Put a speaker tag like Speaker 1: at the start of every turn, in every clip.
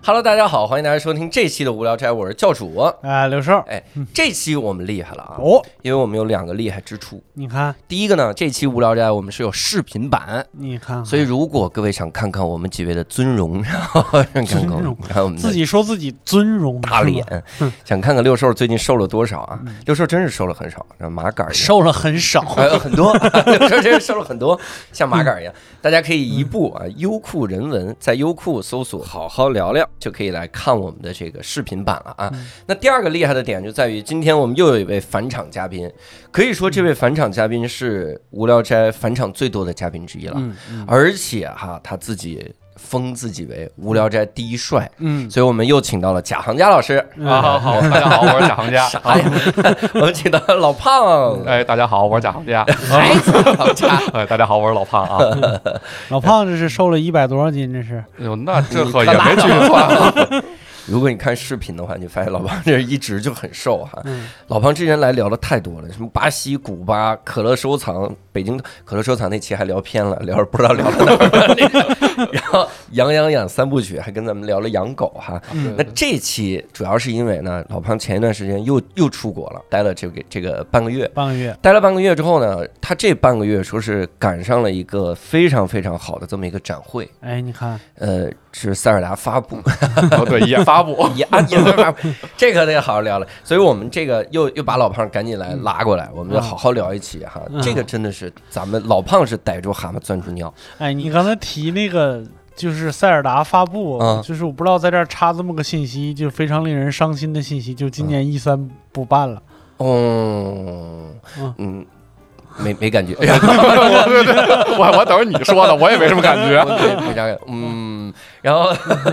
Speaker 1: Hello，大家好，欢迎大家收听这期的无聊斋，我是教主。
Speaker 2: 哎，刘寿，
Speaker 1: 哎，这期我们厉害了啊！
Speaker 2: 哦，
Speaker 1: 因为我们有两个厉害之处。
Speaker 2: 你看，
Speaker 1: 第一个呢，这期无聊斋我们是有视频版，
Speaker 2: 你看，
Speaker 1: 所以如果各位想看看我们几位的尊容， 然后想看看我
Speaker 2: 尊
Speaker 1: 们
Speaker 2: 容
Speaker 1: 看我们
Speaker 2: 自
Speaker 1: 的
Speaker 2: 己嗯说自己尊荣
Speaker 1: 大脸，想看看六兽最近瘦了多少啊？六兽真是瘦了很少，像马杆儿一样。
Speaker 2: 嗯瘦了 很少，
Speaker 1: 还有呃很多， 六兽真是瘦了很多，像马杆儿一样。大家可以移步啊，优酷人文，在优酷搜索“好好聊聊”，就可以来看我们的这个视频版了啊。那第二个厉害的点就在于，今天我们又有一位返场嘉宾，可以说这位返场嘉宾是无聊斋返场最多的嘉宾之一了。
Speaker 2: 嗯
Speaker 1: 而且哈，他自己封自己为无聊斋第一帅，
Speaker 2: 嗯，
Speaker 1: 所以我们又请到了贾行家老师。
Speaker 3: 好啊好 好，大家好，我是贾行家。
Speaker 1: 哎呀， 我们请到了老胖，
Speaker 3: 哎，大家好，我是贾行家。
Speaker 1: 孩子老贾，
Speaker 3: 哎，大家好，我是老胖啊。
Speaker 2: 老胖这是瘦了一百多少斤？这是
Speaker 3: 哎呦，那这可
Speaker 1: 你
Speaker 3: 也
Speaker 1: 可
Speaker 3: 没
Speaker 1: 拉倒
Speaker 3: 去算。
Speaker 1: 如果你看视频的话，你就发现老胖这一直就很瘦哈。
Speaker 2: 嗯
Speaker 1: 老胖之前来聊的太多了，什么巴西、古巴、可乐收藏、北京可乐收藏那期还聊偏了，聊着不知道聊到哪儿了。那个然后养养养三部曲还跟咱们聊了养狗哈。
Speaker 3: 嗯
Speaker 1: 那这期主要是因为呢，老胖前一段时间又又出国了，待了这个这个半个月。
Speaker 2: 半个月，
Speaker 1: 待了半个月之后呢，他这半个月说是赶上了一个非常非常好的这么一个展会，
Speaker 2: 哎，你看，
Speaker 1: 呃，是塞尔达发布，
Speaker 3: 哦，对，也 发布。
Speaker 1: 也啊也没法，这个得好好聊了。所以我们这个又又把老胖赶紧来拉过来，我们就好好聊一起哈。
Speaker 2: 嗯
Speaker 1: 这个真的是咱们老胖是逮住蛤蟆钻出尿，
Speaker 2: 哎，你刚才提那个。就是塞尔达发布，
Speaker 1: 嗯
Speaker 2: 就是我不知道在这儿插这么个信息，就非常令人伤心的信息，就今年 E 三不办了。
Speaker 1: 嗯
Speaker 2: 嗯
Speaker 1: 嗯，没没感觉，
Speaker 3: 我我我等着你说的，哎我也没什么感 觉。
Speaker 1: 没没啥感觉，嗯。然后，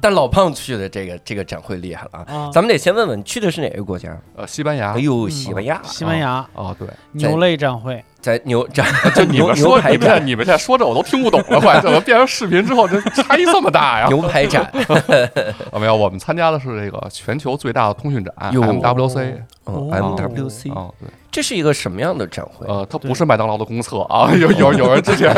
Speaker 1: 但老胖去的这个这个展会厉害了啊！
Speaker 2: 啊，
Speaker 1: 咱们得先问问去的是哪个国家？
Speaker 3: 呃，西班牙
Speaker 1: 哎。呦，西班牙，
Speaker 2: 西班牙
Speaker 3: 哦，对，
Speaker 2: 牛类展会，
Speaker 1: 在牛展，
Speaker 3: 就你
Speaker 1: 牛
Speaker 3: 们
Speaker 1: 牛
Speaker 3: 说，
Speaker 1: 排
Speaker 3: 你们 现在
Speaker 1: 展，
Speaker 3: 你们现在说这我都听不懂了，快！怎么变成视频之后这差异这么大呀？
Speaker 1: 牛排展，
Speaker 3: 啊，没有，我们参加的是这个全球最大的通讯展
Speaker 1: 哟
Speaker 3: MWC。
Speaker 1: 嗯
Speaker 2: 哦
Speaker 1: ，MWC，
Speaker 3: 啊，对，
Speaker 1: 这是一个什么样的展会
Speaker 3: 呃，它不是麦当劳的公厕啊，有有有人之前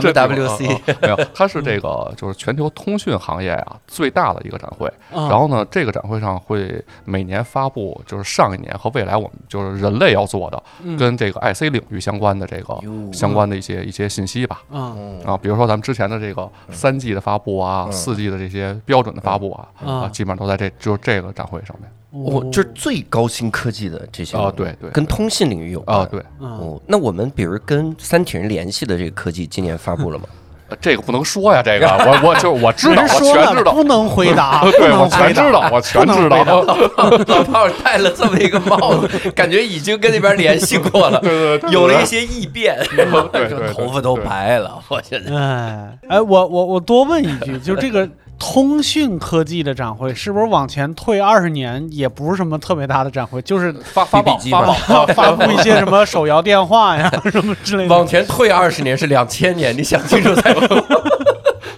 Speaker 3: 这地方
Speaker 1: ？MWC
Speaker 3: 啊啊没有，它是这个就是全球通讯行业啊最大的一个展会。
Speaker 2: 然
Speaker 3: 然后呢，这个展会上会每年发布，就是上一年和未来我们就是人类要做的
Speaker 2: 嗯
Speaker 3: 跟这个 IC 领域相关的这个
Speaker 1: 哟
Speaker 3: 相关的一些一些信息吧。
Speaker 2: 啊
Speaker 1: 嗯
Speaker 3: 啊，比如说咱们之前的这个
Speaker 2: 嗯
Speaker 3: 三 G 的发布啊，
Speaker 1: 嗯
Speaker 3: 四 G 的这些标准的发布啊，
Speaker 2: 嗯
Speaker 3: 啊，基本上都在这就是这个展会上面。
Speaker 1: 哦，这是最高新科技的这些
Speaker 3: 啊
Speaker 1: 东西
Speaker 3: 对对
Speaker 1: 跟通信领域有关
Speaker 3: 啊，。对，
Speaker 2: 嗯
Speaker 1: 哦，那我们比如跟三体人联系的这个科技，今年发 布了吗？
Speaker 3: 呃这个不能说呀，这个我我就是我知道，
Speaker 2: 人
Speaker 3: 我
Speaker 2: 说
Speaker 3: 全知
Speaker 2: 了
Speaker 3: 道
Speaker 2: 不。能回答，不
Speaker 3: 对，我
Speaker 2: 能
Speaker 3: 全
Speaker 2: 回
Speaker 3: 知
Speaker 2: 答。
Speaker 3: 道，我全
Speaker 2: 能
Speaker 3: 知
Speaker 2: 回
Speaker 3: 道。
Speaker 1: 老炮戴了这么一个帽子，感觉已经跟那边联系过了，
Speaker 3: 对对对
Speaker 1: 有了一些异变，
Speaker 3: 对对对
Speaker 1: 头发都白了，我现在
Speaker 2: 哎哎，我我我多问一句，就这个通讯科技的展会，是不是往前退二十年也不是什么特别大的展会， 就是
Speaker 3: 发发报
Speaker 1: BB 机
Speaker 3: 发报
Speaker 1: 吧
Speaker 2: 发发布一些什么手摇电话呀什么之类的
Speaker 1: 往前退二十年是两千年，你想清楚再说。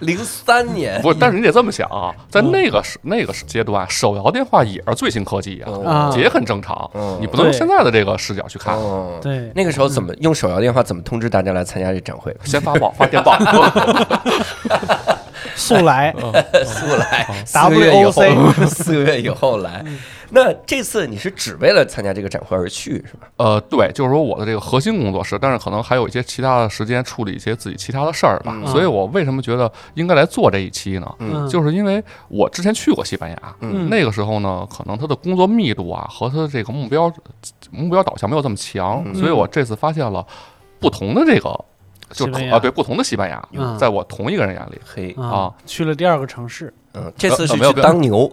Speaker 1: 零三年，
Speaker 3: 不，但是你得这么想啊，在那个时那个时阶段，手摇电话也是最新科技啊，嗯
Speaker 2: 啊？
Speaker 3: 也很正常
Speaker 1: 嗯。
Speaker 3: 你不能用
Speaker 2: 对
Speaker 3: 现在的这个视角去看，
Speaker 1: 哦，
Speaker 2: 对，
Speaker 1: 那个时候怎么用手摇电话怎么通知大家来参加这展会？
Speaker 3: 先发报发电 报。
Speaker 2: 速来
Speaker 3: 嗯
Speaker 1: 速来，四个月以后，四个月以后来。那这次你是只为了参加这个展会而去是吧？
Speaker 3: 呃，对，就是说我的这个核心工作室，但是可能还有一些其他的时间处理一些自己其他的事儿吧。
Speaker 1: 嗯
Speaker 3: 所以我为什么觉得应该来做这一期呢？
Speaker 2: 嗯
Speaker 3: 就是因为我之前去过西班牙，
Speaker 2: 嗯
Speaker 3: 那个时候呢，可能他的工作密度啊和他的这个目标目标导向没有这么强，
Speaker 1: 嗯
Speaker 3: 所以我这次发现了不同的这个，就
Speaker 2: 西班牙
Speaker 3: 啊对不同的西班牙，
Speaker 2: 嗯
Speaker 3: 在我同一个人眼里。
Speaker 1: 嘿，
Speaker 2: 啊
Speaker 3: 啊，
Speaker 2: 去了第二个城市，
Speaker 1: 嗯，这次是
Speaker 3: 呃没有
Speaker 1: 去
Speaker 3: 没有
Speaker 1: 当牛，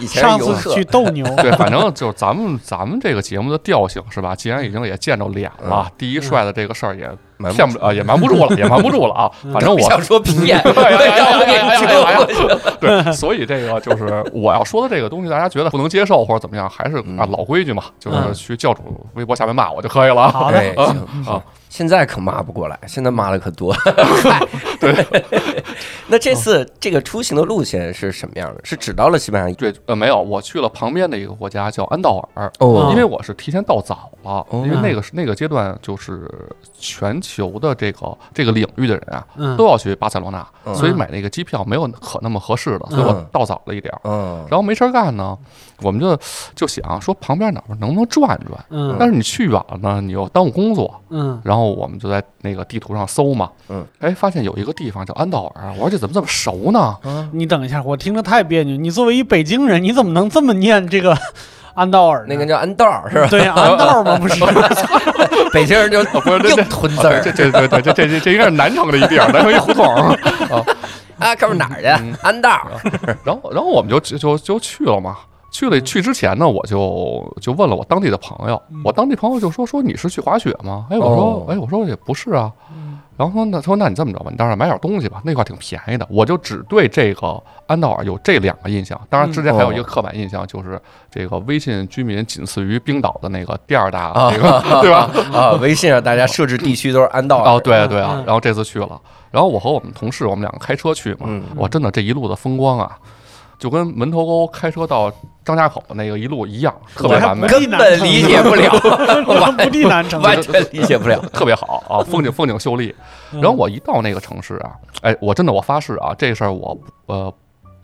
Speaker 1: 以前
Speaker 2: 上
Speaker 1: 是游
Speaker 2: 次
Speaker 1: 客
Speaker 2: 去，斗 牛，
Speaker 3: 对，反正就是咱们咱们这个节目的调性是吧？既然已经也见着脸了，第
Speaker 2: 嗯
Speaker 3: 一帅的这个事儿也
Speaker 1: 瞒不
Speaker 3: 骗不了，啊也瞒不住了，也瞒不住了啊！
Speaker 2: 嗯
Speaker 3: 反正我
Speaker 1: 想说屁眼，
Speaker 3: 哎呀哎呀
Speaker 1: 让我给
Speaker 3: 哎呀哎呀
Speaker 1: 遮过去。
Speaker 3: 对，所以这个就是我要说的这个东西，大家觉得不能接受或者怎么样，还是
Speaker 1: 嗯
Speaker 3: 按老规矩嘛，就是
Speaker 2: 嗯
Speaker 3: 去教主微博下面骂我就可以了啊。
Speaker 2: 好的，
Speaker 1: 哎，行好，现在可骂不过来，现在骂的可多。那这次这个出行的路线是什么样的？是只到了西班牙？
Speaker 3: 对，呃，没有，我去了旁边的一个国家叫安道尔，
Speaker 1: 哦
Speaker 3: 因为我是提前到早了，
Speaker 1: 哦
Speaker 3: 因为那个是那个阶段就是全球的这个这个领域的人啊，
Speaker 2: 嗯
Speaker 3: 都要去巴塞罗那，
Speaker 1: 嗯
Speaker 3: 所以买那个机票没有可那么合适的，所以我
Speaker 1: 嗯
Speaker 3: 到早了一点儿。
Speaker 1: 嗯，
Speaker 3: 然后没事儿干呢，我们就就想说旁边哪儿能不能转转，
Speaker 2: 嗯
Speaker 3: 但是你去远了呢，你又耽误工作。
Speaker 2: 嗯
Speaker 3: 然后我们就在那个地图上搜嘛，
Speaker 1: 嗯，
Speaker 3: 哎，发现有一个地方叫安道尔，啊我说这怎么这么熟呢？
Speaker 2: 你等一下，我听着太别扭。你作为一北京人，你怎么能这么念这个安道尔呢？
Speaker 1: 那个叫安道尔是吧？
Speaker 2: 对呀，安道吗？不是，
Speaker 1: 北京人就
Speaker 3: 不是这
Speaker 1: 硬吞字
Speaker 3: 对，
Speaker 1: 儿
Speaker 3: 这这对对，这这这这应该是南城的一地儿，南城一胡同 儿。
Speaker 1: 啊，哥们儿哪儿去？安道尔。
Speaker 3: 然后然后我们就就就去了嘛。去了去之前呢，我就就问了我当地的朋友，我当地朋友就说说你是去滑雪吗？哎，我
Speaker 1: 哦
Speaker 3: 说哎，我说也不是啊。然后说那他说那你这么着吧，你到那儿买点东西吧，那块儿挺便宜的。我就只对这个安道尔有这两个印象，当然之前还有一个刻板印象，就是这个微信居民仅次于冰岛的那个第二大那 个对吧？
Speaker 1: 啊，微信上大家设置地区都是安道尔。
Speaker 3: 哦，对啊对啊
Speaker 2: 嗯。
Speaker 3: 然后这次去了，然后我和我们同事我们两个开车去嘛，
Speaker 1: 嗯
Speaker 3: 我真的这一路的风光啊，就跟门头沟开车到张家口的那个一路一样，特别完美，
Speaker 1: 根本理解不了，
Speaker 2: 不地难成。
Speaker 1: 完全理解不 了。
Speaker 3: 特别好啊， 风景风景秀丽。然后我一到那个城市啊，哎，我真的我发誓啊，这事儿我呃。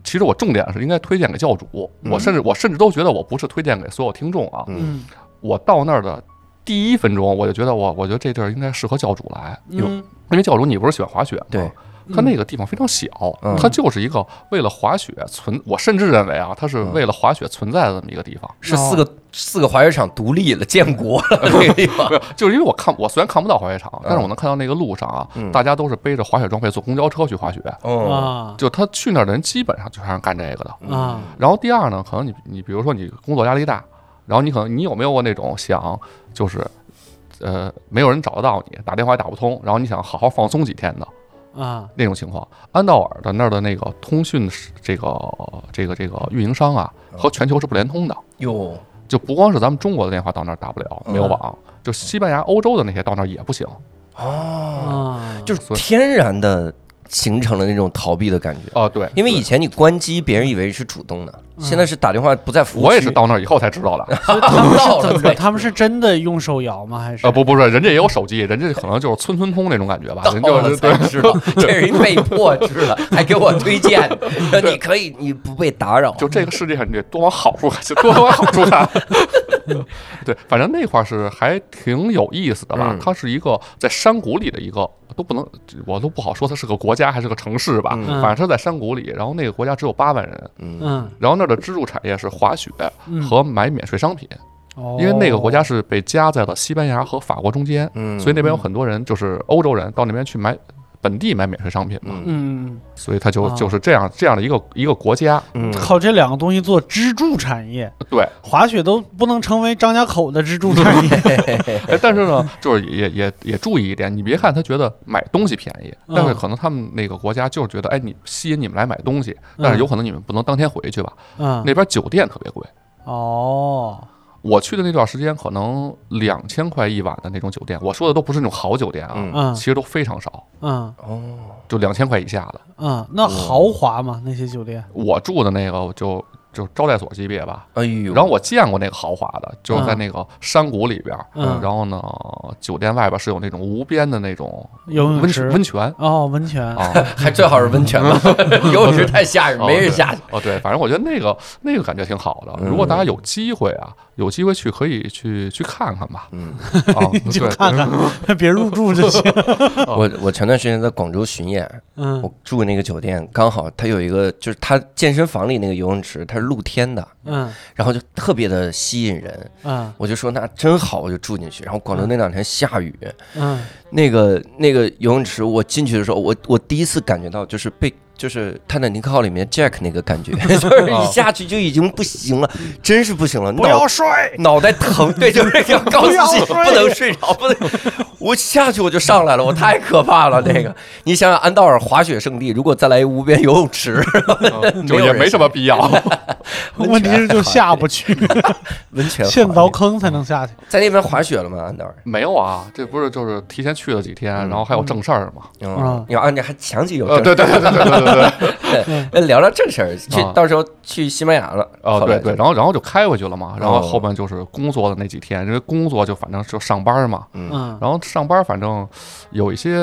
Speaker 3: 其实我重点是应该推荐给教主，我
Speaker 1: 嗯
Speaker 3: 甚至我甚至都觉得我不是推荐给所有听众啊。
Speaker 2: 嗯
Speaker 3: 我到那儿的第一分钟，我就觉得我我觉得这地儿应该适合教主来，
Speaker 2: 嗯
Speaker 3: 因为教主你不是喜欢滑雪吗？
Speaker 1: 对，
Speaker 3: 它那个地方非常小
Speaker 1: 嗯，
Speaker 3: 它就是一个为了滑雪存，我甚至认为啊，它是
Speaker 1: 嗯
Speaker 3: 为了滑雪存在的这么一个地方。
Speaker 1: 是四个四个滑雪场独立了，建国了 那个地方。
Speaker 3: 没有，就是因为我看，我虽然看不到滑雪场，但是我能看到那个路上啊，
Speaker 1: 嗯
Speaker 3: 大家都是背着滑雪装备坐公交车去滑雪。
Speaker 1: 哦，
Speaker 2: 啊
Speaker 3: 就他去那儿的人基本上就是干这个的。
Speaker 2: 啊
Speaker 3: 然后第二呢，可能你你比如说你工作压力大，然后你可能你有没有过那种想就是，呃，没有人找得到你，打电话也打不通，然后你想好好放松几天的，
Speaker 2: 啊！
Speaker 3: 那种情况。安道尔的那儿的那个通讯是这个这个这个运营商啊，和全球是不联通的，
Speaker 1: 哟，哦
Speaker 3: 就不光是咱们中国的电话到那儿打不了，没有网，就西班牙、欧洲的那些到那儿也不行。
Speaker 1: 哦，
Speaker 2: 啊，
Speaker 1: 就是
Speaker 3: 所以
Speaker 1: 天然的形成了那种逃避的感觉。
Speaker 3: 哦，对，
Speaker 1: 因为以前你关机，别人以为是主动的，现在是打电话不在服务区。
Speaker 3: 我 也是到那儿以后才知道的。
Speaker 2: 他们
Speaker 1: 到
Speaker 2: 是
Speaker 1: 了
Speaker 2: 怎么着？他们是真的用手摇吗？还是
Speaker 3: 哦啊，不不是，人家也有手机，人家可能就是村村通那种感觉吧，人
Speaker 1: 到
Speaker 3: 就
Speaker 1: 了
Speaker 3: 是对
Speaker 1: 才知 道，这是一被迫知道，还给我推荐，说你可以，你不被打扰。
Speaker 3: 就这个世界上，你得多往好处看，多往好处看。 对，反正那块儿是还挺有意思的吧？
Speaker 1: 嗯
Speaker 3: 它是一个在山谷里的一个，都不能，我都不好说它是个国家还是个城市吧。
Speaker 1: 嗯
Speaker 3: 反正它在山谷里，然后那个国家只有八万人，
Speaker 1: 嗯，
Speaker 2: 嗯
Speaker 3: 然后那儿的支柱产业是滑雪
Speaker 2: 嗯，
Speaker 3: 和买免税商品，
Speaker 2: 哦
Speaker 3: 因为那个国家是被夹在了西班牙和法国中间，
Speaker 1: 嗯
Speaker 3: 所以那边有很多人就是欧洲人到那边去买。本地买免税商品嘛，
Speaker 2: 嗯，
Speaker 3: 所以它就
Speaker 2: 哦
Speaker 3: 就是这样这样的一个一个国家，
Speaker 1: 嗯
Speaker 2: 靠这两个东西做支柱产业，
Speaker 3: 对，
Speaker 2: 滑雪都不能成为张家口的支柱产 业。
Speaker 3: 哎，但是呢， 就是也也也注意一点，你别看他觉得买东西便宜，但是
Speaker 2: 嗯
Speaker 3: 可能他们那个国家就是觉得，哎，你吸引你们来买东西，但是有可能你们不能当天回去吧？
Speaker 2: 嗯，
Speaker 3: 那边酒店特别贵，
Speaker 2: 哦，
Speaker 3: 我去的那段时间可能两千块一晚的那种酒店，我说的都不是那种好酒店啊，
Speaker 1: 嗯
Speaker 2: 嗯
Speaker 3: 其实都非常少，
Speaker 2: 嗯
Speaker 1: 哦，
Speaker 3: 就两千块以下的。
Speaker 2: 嗯，那豪华吗？那些酒店？
Speaker 3: 我住的那个我就就招待所级别吧。
Speaker 1: 哎呦，
Speaker 3: 然后我见过那个豪华的，就是在
Speaker 2: 嗯
Speaker 3: 那个山谷里边儿，
Speaker 2: 嗯
Speaker 3: 然后呢，酒店外边是有那种无边的那种
Speaker 2: 游泳
Speaker 3: 温
Speaker 2: 池
Speaker 3: 泉温泉
Speaker 2: 哦，温泉。
Speaker 3: 啊，
Speaker 1: 还最好是温泉 吧，游泳池太吓人，
Speaker 3: 哦
Speaker 1: 没人下去。
Speaker 3: 哦，对，反正我觉得那个那个感觉挺好的。如果大家有机会啊，有机会去可以去去看看吧。
Speaker 1: 嗯，
Speaker 3: 啊，
Speaker 2: 你就
Speaker 3: 对
Speaker 2: 看 看，别入住就行。
Speaker 1: 我我前段时间在广州巡演，
Speaker 2: 嗯
Speaker 1: 我住那个酒店，刚好它有一个，就是它健身房里那个游泳池，它是露天的，
Speaker 2: 嗯
Speaker 1: 然后就特别的吸引人。
Speaker 2: 嗯
Speaker 1: 我就说那真好，我就住进去。然后广州那两天下雨，
Speaker 2: 嗯
Speaker 1: 那个那个游泳池，我进去的时候，我我第一次感觉到就是被就是《泰坦尼克号》里面 Jack 那个感觉， 就是一下去就已经不行了，真是不行了，脑
Speaker 4: 摔！
Speaker 1: 脑袋疼，对，就是要告诉自己
Speaker 4: 不要睡
Speaker 1: 不能睡着，不能。 我下去我就上来了，我太可怕了。那 个，你想想安道尔滑雪圣地，如果再来一无边游泳池，
Speaker 3: 嗯就也没什么必要。
Speaker 2: 问题是就下不去，
Speaker 1: 温 泉
Speaker 2: 陷
Speaker 1: 滑
Speaker 2: 凿
Speaker 1: 雪
Speaker 2: 坑才能下去。
Speaker 1: 在那边滑雪了吗？安道尔，
Speaker 3: 没有啊，这不是就是提前去了几天，然后还有正事儿嘛。
Speaker 1: 嗯
Speaker 2: 嗯
Speaker 1: 你看啊，你还想起有
Speaker 3: 呃，
Speaker 1: 这
Speaker 3: 对对对对对对对
Speaker 1: 呃聊聊正事儿，去
Speaker 3: 啊
Speaker 1: 到时候去西班牙了。后
Speaker 3: 哦，
Speaker 1: 来
Speaker 3: 对
Speaker 1: 就
Speaker 3: 对，，然后然后就开回去了嘛，然后
Speaker 1: 哦
Speaker 3: 后面就是工作的那几天，因为工作就反正就上班嘛，
Speaker 1: 嗯
Speaker 2: 嗯，
Speaker 3: 然后上班反正有一些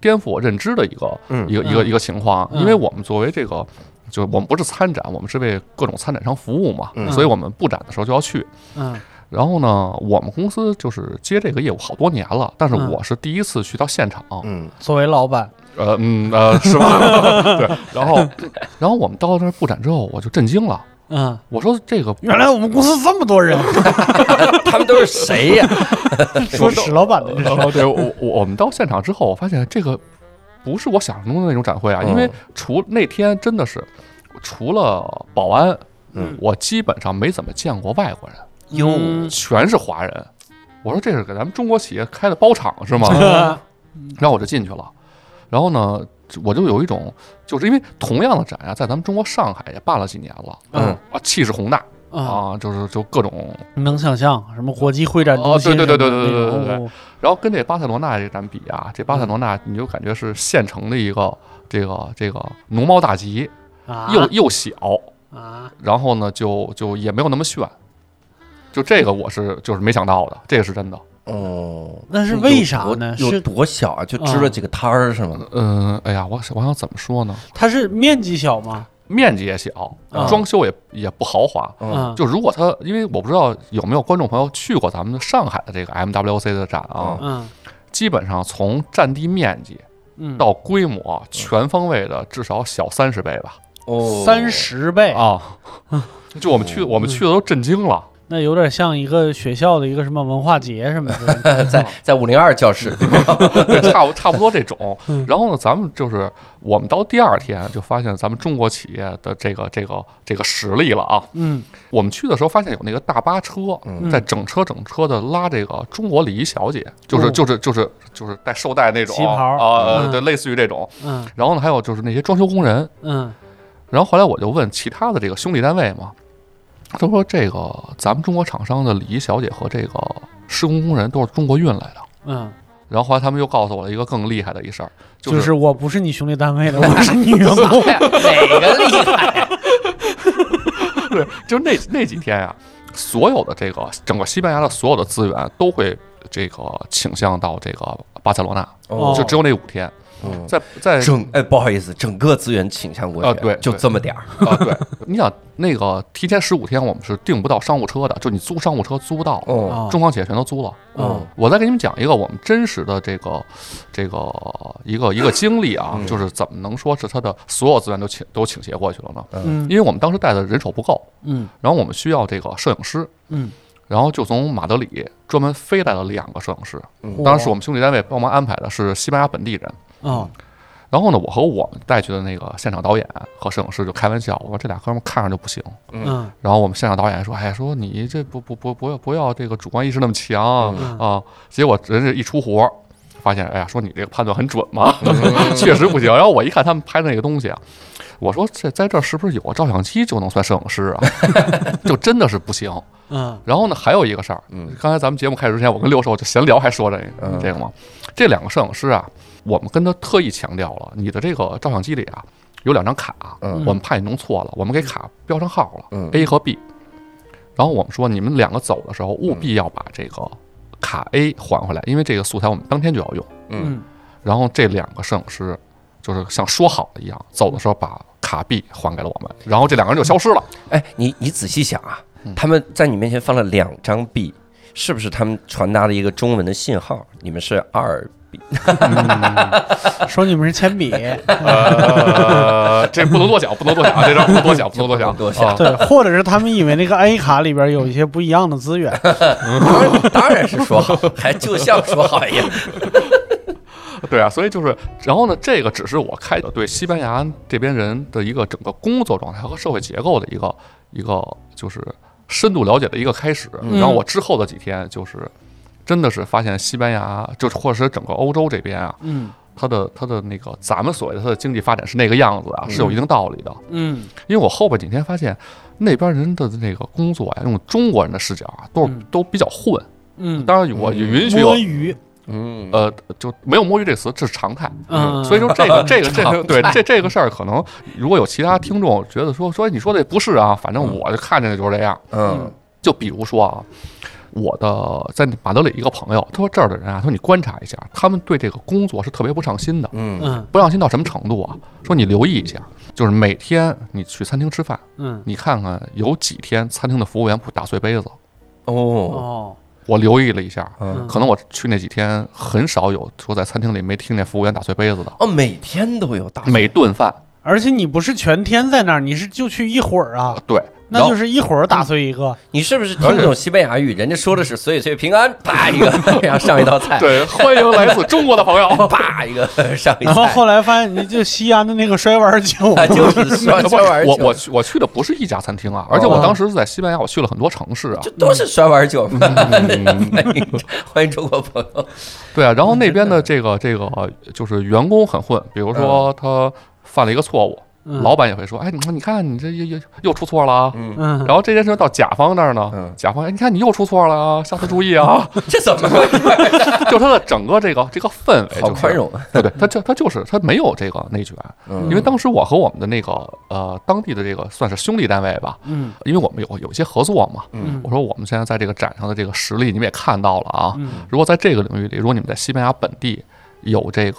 Speaker 3: 颠覆我认知的一个
Speaker 1: 嗯
Speaker 3: 一个一个
Speaker 2: 嗯
Speaker 3: 一个情况，
Speaker 2: 嗯
Speaker 3: 因为我们作为这个。就我们不是参展，我们是为各种参展商服务嘛，
Speaker 1: 嗯
Speaker 3: 所以我们布展的时候就要去。
Speaker 2: 嗯
Speaker 3: 然后呢，我们公司就是接这个业务好多年了，但是
Speaker 2: 嗯
Speaker 3: 我是第一次去到现场，
Speaker 1: 嗯
Speaker 2: 作为老板，
Speaker 3: 呃嗯呃是吧？ 对，然后然后我们到那儿布展之后，我就震惊了，
Speaker 2: 嗯，
Speaker 3: 我说这个
Speaker 2: 原来我们公司这么多 人，
Speaker 1: 他们都是谁呀？
Speaker 2: 说哦史老板的 这
Speaker 3: 然后 对我我我们到现场之后，我发现这个不是我想象中的那种展会啊，因为
Speaker 1: 嗯
Speaker 3: 除那天真的是除了保安，
Speaker 1: 嗯，
Speaker 3: 我基本上没怎么见过外国人，
Speaker 1: 哟
Speaker 2: 嗯
Speaker 3: 全是华人。我说这是给咱们中国企业开的包场是吗？
Speaker 1: 嗯
Speaker 3: 然后我就进去了，然后呢，我就有一种就是因为同样的展啊，在咱们中国上海也办了几年了，
Speaker 1: 嗯
Speaker 3: 啊，气势宏大
Speaker 2: 啊，
Speaker 3: 啊，就是就各种
Speaker 2: 嗯能想象什么国际会展中心
Speaker 3: 哦
Speaker 2: 什么
Speaker 3: 对对
Speaker 2: 的那
Speaker 3: 对
Speaker 2: 种？
Speaker 3: 对对对对对
Speaker 2: 哦
Speaker 3: 然后跟这巴塞罗那这咱比啊，这巴塞罗那你就感觉是县城的一个这个这个农贸大集，
Speaker 2: 啊，
Speaker 3: 又又小，
Speaker 2: 啊，
Speaker 3: 然后呢就就也没有那么炫，就这个我是就是没想到的，这个是真的。
Speaker 1: 哦，
Speaker 2: 那是为啥呢
Speaker 1: 有多有
Speaker 2: 是
Speaker 1: 多小啊？就支了几个摊儿是吗？
Speaker 3: 嗯，哎呀，我我想怎么说呢？
Speaker 2: 它是面积小嘛？
Speaker 3: 面积也小
Speaker 2: 啊，
Speaker 3: 装修也也不豪华。
Speaker 1: 嗯，
Speaker 3: 就如果他，因为我不知道有没有观众朋友去过咱们上海的这个 MWC 的展啊，
Speaker 2: 嗯
Speaker 3: 基本上从占地面积
Speaker 2: 嗯，
Speaker 3: 到规模，全方位的至少小三十倍吧。
Speaker 1: 哦，
Speaker 2: 三十 倍，
Speaker 3: 啊， 就我们去，
Speaker 2: 嗯
Speaker 3: 我们去的都震惊了。
Speaker 2: 那有点像一个学校的一个什么文化节什么 的。
Speaker 1: 在在五零二教室，
Speaker 3: 对，差不差不多这种
Speaker 2: 嗯。
Speaker 3: 然后呢，咱们就是我们到第二天就发现咱们中国企业的这个这个这个实力了啊。
Speaker 2: 嗯
Speaker 3: 我们去的时候发现有那个大巴车
Speaker 1: 嗯
Speaker 3: 在整车整车的拉这个中国礼仪小姐，就是
Speaker 2: 哦
Speaker 3: 就是就是就是带绶带那种
Speaker 2: 旗袍
Speaker 3: 啊，呃
Speaker 2: 嗯
Speaker 3: 对，类似于这种。
Speaker 2: 嗯
Speaker 3: 然后呢，还有就是那些装修工人。
Speaker 2: 嗯
Speaker 3: 然后后来我就问其他的这个兄弟单位嘛，他说这个咱们中国厂商的礼仪小姐和这个施工工人都是中国运来的。
Speaker 2: 嗯，
Speaker 3: 然后后来他们又告诉我了一个更厉害的一事儿，
Speaker 2: 就是是我不是你兄弟单 位的，我是你员 工。
Speaker 1: 哪个厉害？
Speaker 3: 就是那那几天呀、所有的这个整个西班牙的所有的资源都会这个倾向到这个巴塞罗那，
Speaker 2: 哦
Speaker 3: 就只有那五天，
Speaker 1: 嗯
Speaker 3: 在在
Speaker 1: 整哎，不好意思，整个资源倾向过去，
Speaker 3: 啊对
Speaker 1: 就
Speaker 3: 对
Speaker 1: 这么点儿。
Speaker 3: 啊，对，你想那个提前十五天我们是订不到商务车的，就你租商务车租不到，
Speaker 1: 哦
Speaker 2: 啊嗯
Speaker 3: 中钢企业全都租了。嗯
Speaker 1: 哦
Speaker 3: 我再给你们讲一个我们真实的这个这个一个一个经历啊，
Speaker 1: 嗯
Speaker 3: 就是怎么能说是他的所有资源都倾都倾斜过去了呢？
Speaker 2: 嗯
Speaker 3: 因为我们当时带的人手不够，
Speaker 2: 嗯
Speaker 3: 然后我们需要这个摄影师，
Speaker 2: 嗯，
Speaker 3: 然后就从马德里专门飞来了两个摄影师，
Speaker 1: 嗯
Speaker 3: 当时是我们兄弟单位帮忙安排的，是西班牙本地人。
Speaker 2: 哦
Speaker 3: 然后呢，我和我们带去的那个现场导演和摄影师就开玩笑，我说这俩哥们儿看上就不行。
Speaker 2: 嗯
Speaker 3: 然后我们现场导演说：“哎，说你这不不不不要不要这个主观意识那么强
Speaker 2: 嗯
Speaker 3: 啊！”结果人家一出活儿，发现哎呀，说你这个判断很准 嘛， 确实不行。然后我一看他们拍的那个东西啊，我说这在这儿是不是有个照相机就能算摄影师啊？ 就真的是不行。
Speaker 2: 嗯
Speaker 3: 然后呢，还有一个事儿，
Speaker 1: 嗯
Speaker 3: 刚才咱们节目开始之前，我跟六兽就闲聊，还说这
Speaker 1: 嗯
Speaker 3: 这个嘛，这两个摄影师啊，我们跟他特意强调了，你的这个照相机里啊有两张卡，
Speaker 1: 嗯
Speaker 3: 我们怕你弄错了，我们给卡标上号了、
Speaker 1: 嗯
Speaker 3: a 和 B。然后我们说，你们两个走的时候，务必要把这个卡 A 还回来，因为这个素材我们当天就要用。
Speaker 2: 嗯
Speaker 3: 然后这两个摄影师就是像说好了一样，走的时候把卡 B 还给了我们，然后这两个人就消失了。
Speaker 1: 哎，你你仔细想啊，
Speaker 3: 嗯
Speaker 1: 他们在你面前放了两张币，是不是他们传达了一个中文的信号？你们是 二币，
Speaker 2: 说你们是铅笔，
Speaker 3: 呃，这不能多讲，不能多讲，这招不能多讲，不能多讲，
Speaker 1: 不能多讲
Speaker 3: 啊
Speaker 2: 对，或者是他们以为那个 A 卡里边有一些不一样的资源。
Speaker 1: 当然当然是说好，还就像说好一 样。
Speaker 3: 对啊，所以就是，然后呢，这个只是我开的对西班牙这边人的一个整个工作状态和社会结构的一个一个就是深度了解的一个开始。
Speaker 1: 嗯
Speaker 3: 然后我之后的几天就是真的是发现西班牙，就是或者是整个欧洲这边啊，
Speaker 2: 嗯
Speaker 3: 它的它的那个咱们所谓的它的经济发展是那个样子啊，是有一定道理的。
Speaker 2: 嗯
Speaker 3: 因为我后边几天发现那边人的那个工作呀、用中国人的视角啊，都是
Speaker 2: 嗯
Speaker 3: 都比较混。
Speaker 2: 嗯，
Speaker 3: 当然我也
Speaker 1: 嗯
Speaker 3: 允许有哦
Speaker 2: 摸鱼
Speaker 1: 嗯，
Speaker 3: 呃，就没有摸鱼这词，这是常态。
Speaker 2: 嗯，
Speaker 3: 所以说 这个这个这
Speaker 1: 常态
Speaker 3: 个对这这个事儿，可能如果有其他听众觉得说说你说的不是啊，反正
Speaker 2: 嗯
Speaker 3: 我就看见的就是这样。
Speaker 1: 嗯
Speaker 3: 就比如说啊，我的在马德里一个朋友，他说这儿的人啊，他说你观察一下，他们对这个工作是特别不上心的，
Speaker 1: 嗯
Speaker 2: 嗯
Speaker 3: 不上心到什么程度啊？说你留意一下，就是每天你去餐厅吃饭，
Speaker 2: 嗯
Speaker 3: 你看看有几天餐厅的服务员不打碎杯子。
Speaker 1: 哦，
Speaker 2: 哦，
Speaker 3: 我留意了一下，
Speaker 1: 嗯
Speaker 3: 可能我去那几天很少有说在餐厅里没听见服务员打碎杯子的，
Speaker 1: 哦，每天都有大
Speaker 3: 每顿饭
Speaker 2: 而且你不是全天在那儿，你是就去一会儿啊，
Speaker 3: 对，然
Speaker 2: 那
Speaker 3: 后
Speaker 2: 就是一会儿打碎一个，
Speaker 1: 你是不是听不懂西班牙语？人家说的是“岁岁平 安”，啪一个， 然后上一道菜，哦
Speaker 3: 对，欢迎来自中国的朋友。
Speaker 1: 啪一个
Speaker 3: 嗯
Speaker 1: 上一
Speaker 2: 然后
Speaker 1: 菜，
Speaker 2: 后来发现你就西安的那个摔碗酒，
Speaker 3: 哎
Speaker 1: 啊就是
Speaker 3: 不
Speaker 1: 摔
Speaker 3: 是
Speaker 1: 摔碗酒，
Speaker 3: 我我去我去的不是一家餐厅啊，而且我当时是在西班牙，我去了很多城市啊
Speaker 1: 这。都是摔碗酒嘛。欢迎 欢迎中国朋友，
Speaker 3: 对啊，然后那边的这个这个就是员工很混，比如说他犯了一个错误，
Speaker 2: 嗯
Speaker 3: 老板也会说，哎，你看你看你这又又又出错了啊。
Speaker 1: 嗯，
Speaker 2: 嗯
Speaker 3: 然后这件事到甲方那儿呢
Speaker 1: 嗯，
Speaker 3: 甲方哎，你看你又出错了啊，下次注意 啊。
Speaker 1: 这怎么回事？
Speaker 3: 就他的整个这个这个氛围、就是，
Speaker 1: 好宽，容啊！
Speaker 3: 对对，他就他就是他没有这个内卷，
Speaker 1: 嗯
Speaker 3: 因为当时我和我们的那个呃当地的这个算是兄弟单位吧，
Speaker 2: 嗯
Speaker 3: 因为我们有有一些合作嘛，
Speaker 2: 嗯
Speaker 3: 我说我们现在在这个展上的这个实力，你们也看到了啊。
Speaker 2: 嗯
Speaker 3: 如果在这个领域里，如果你们在西班牙本地有这个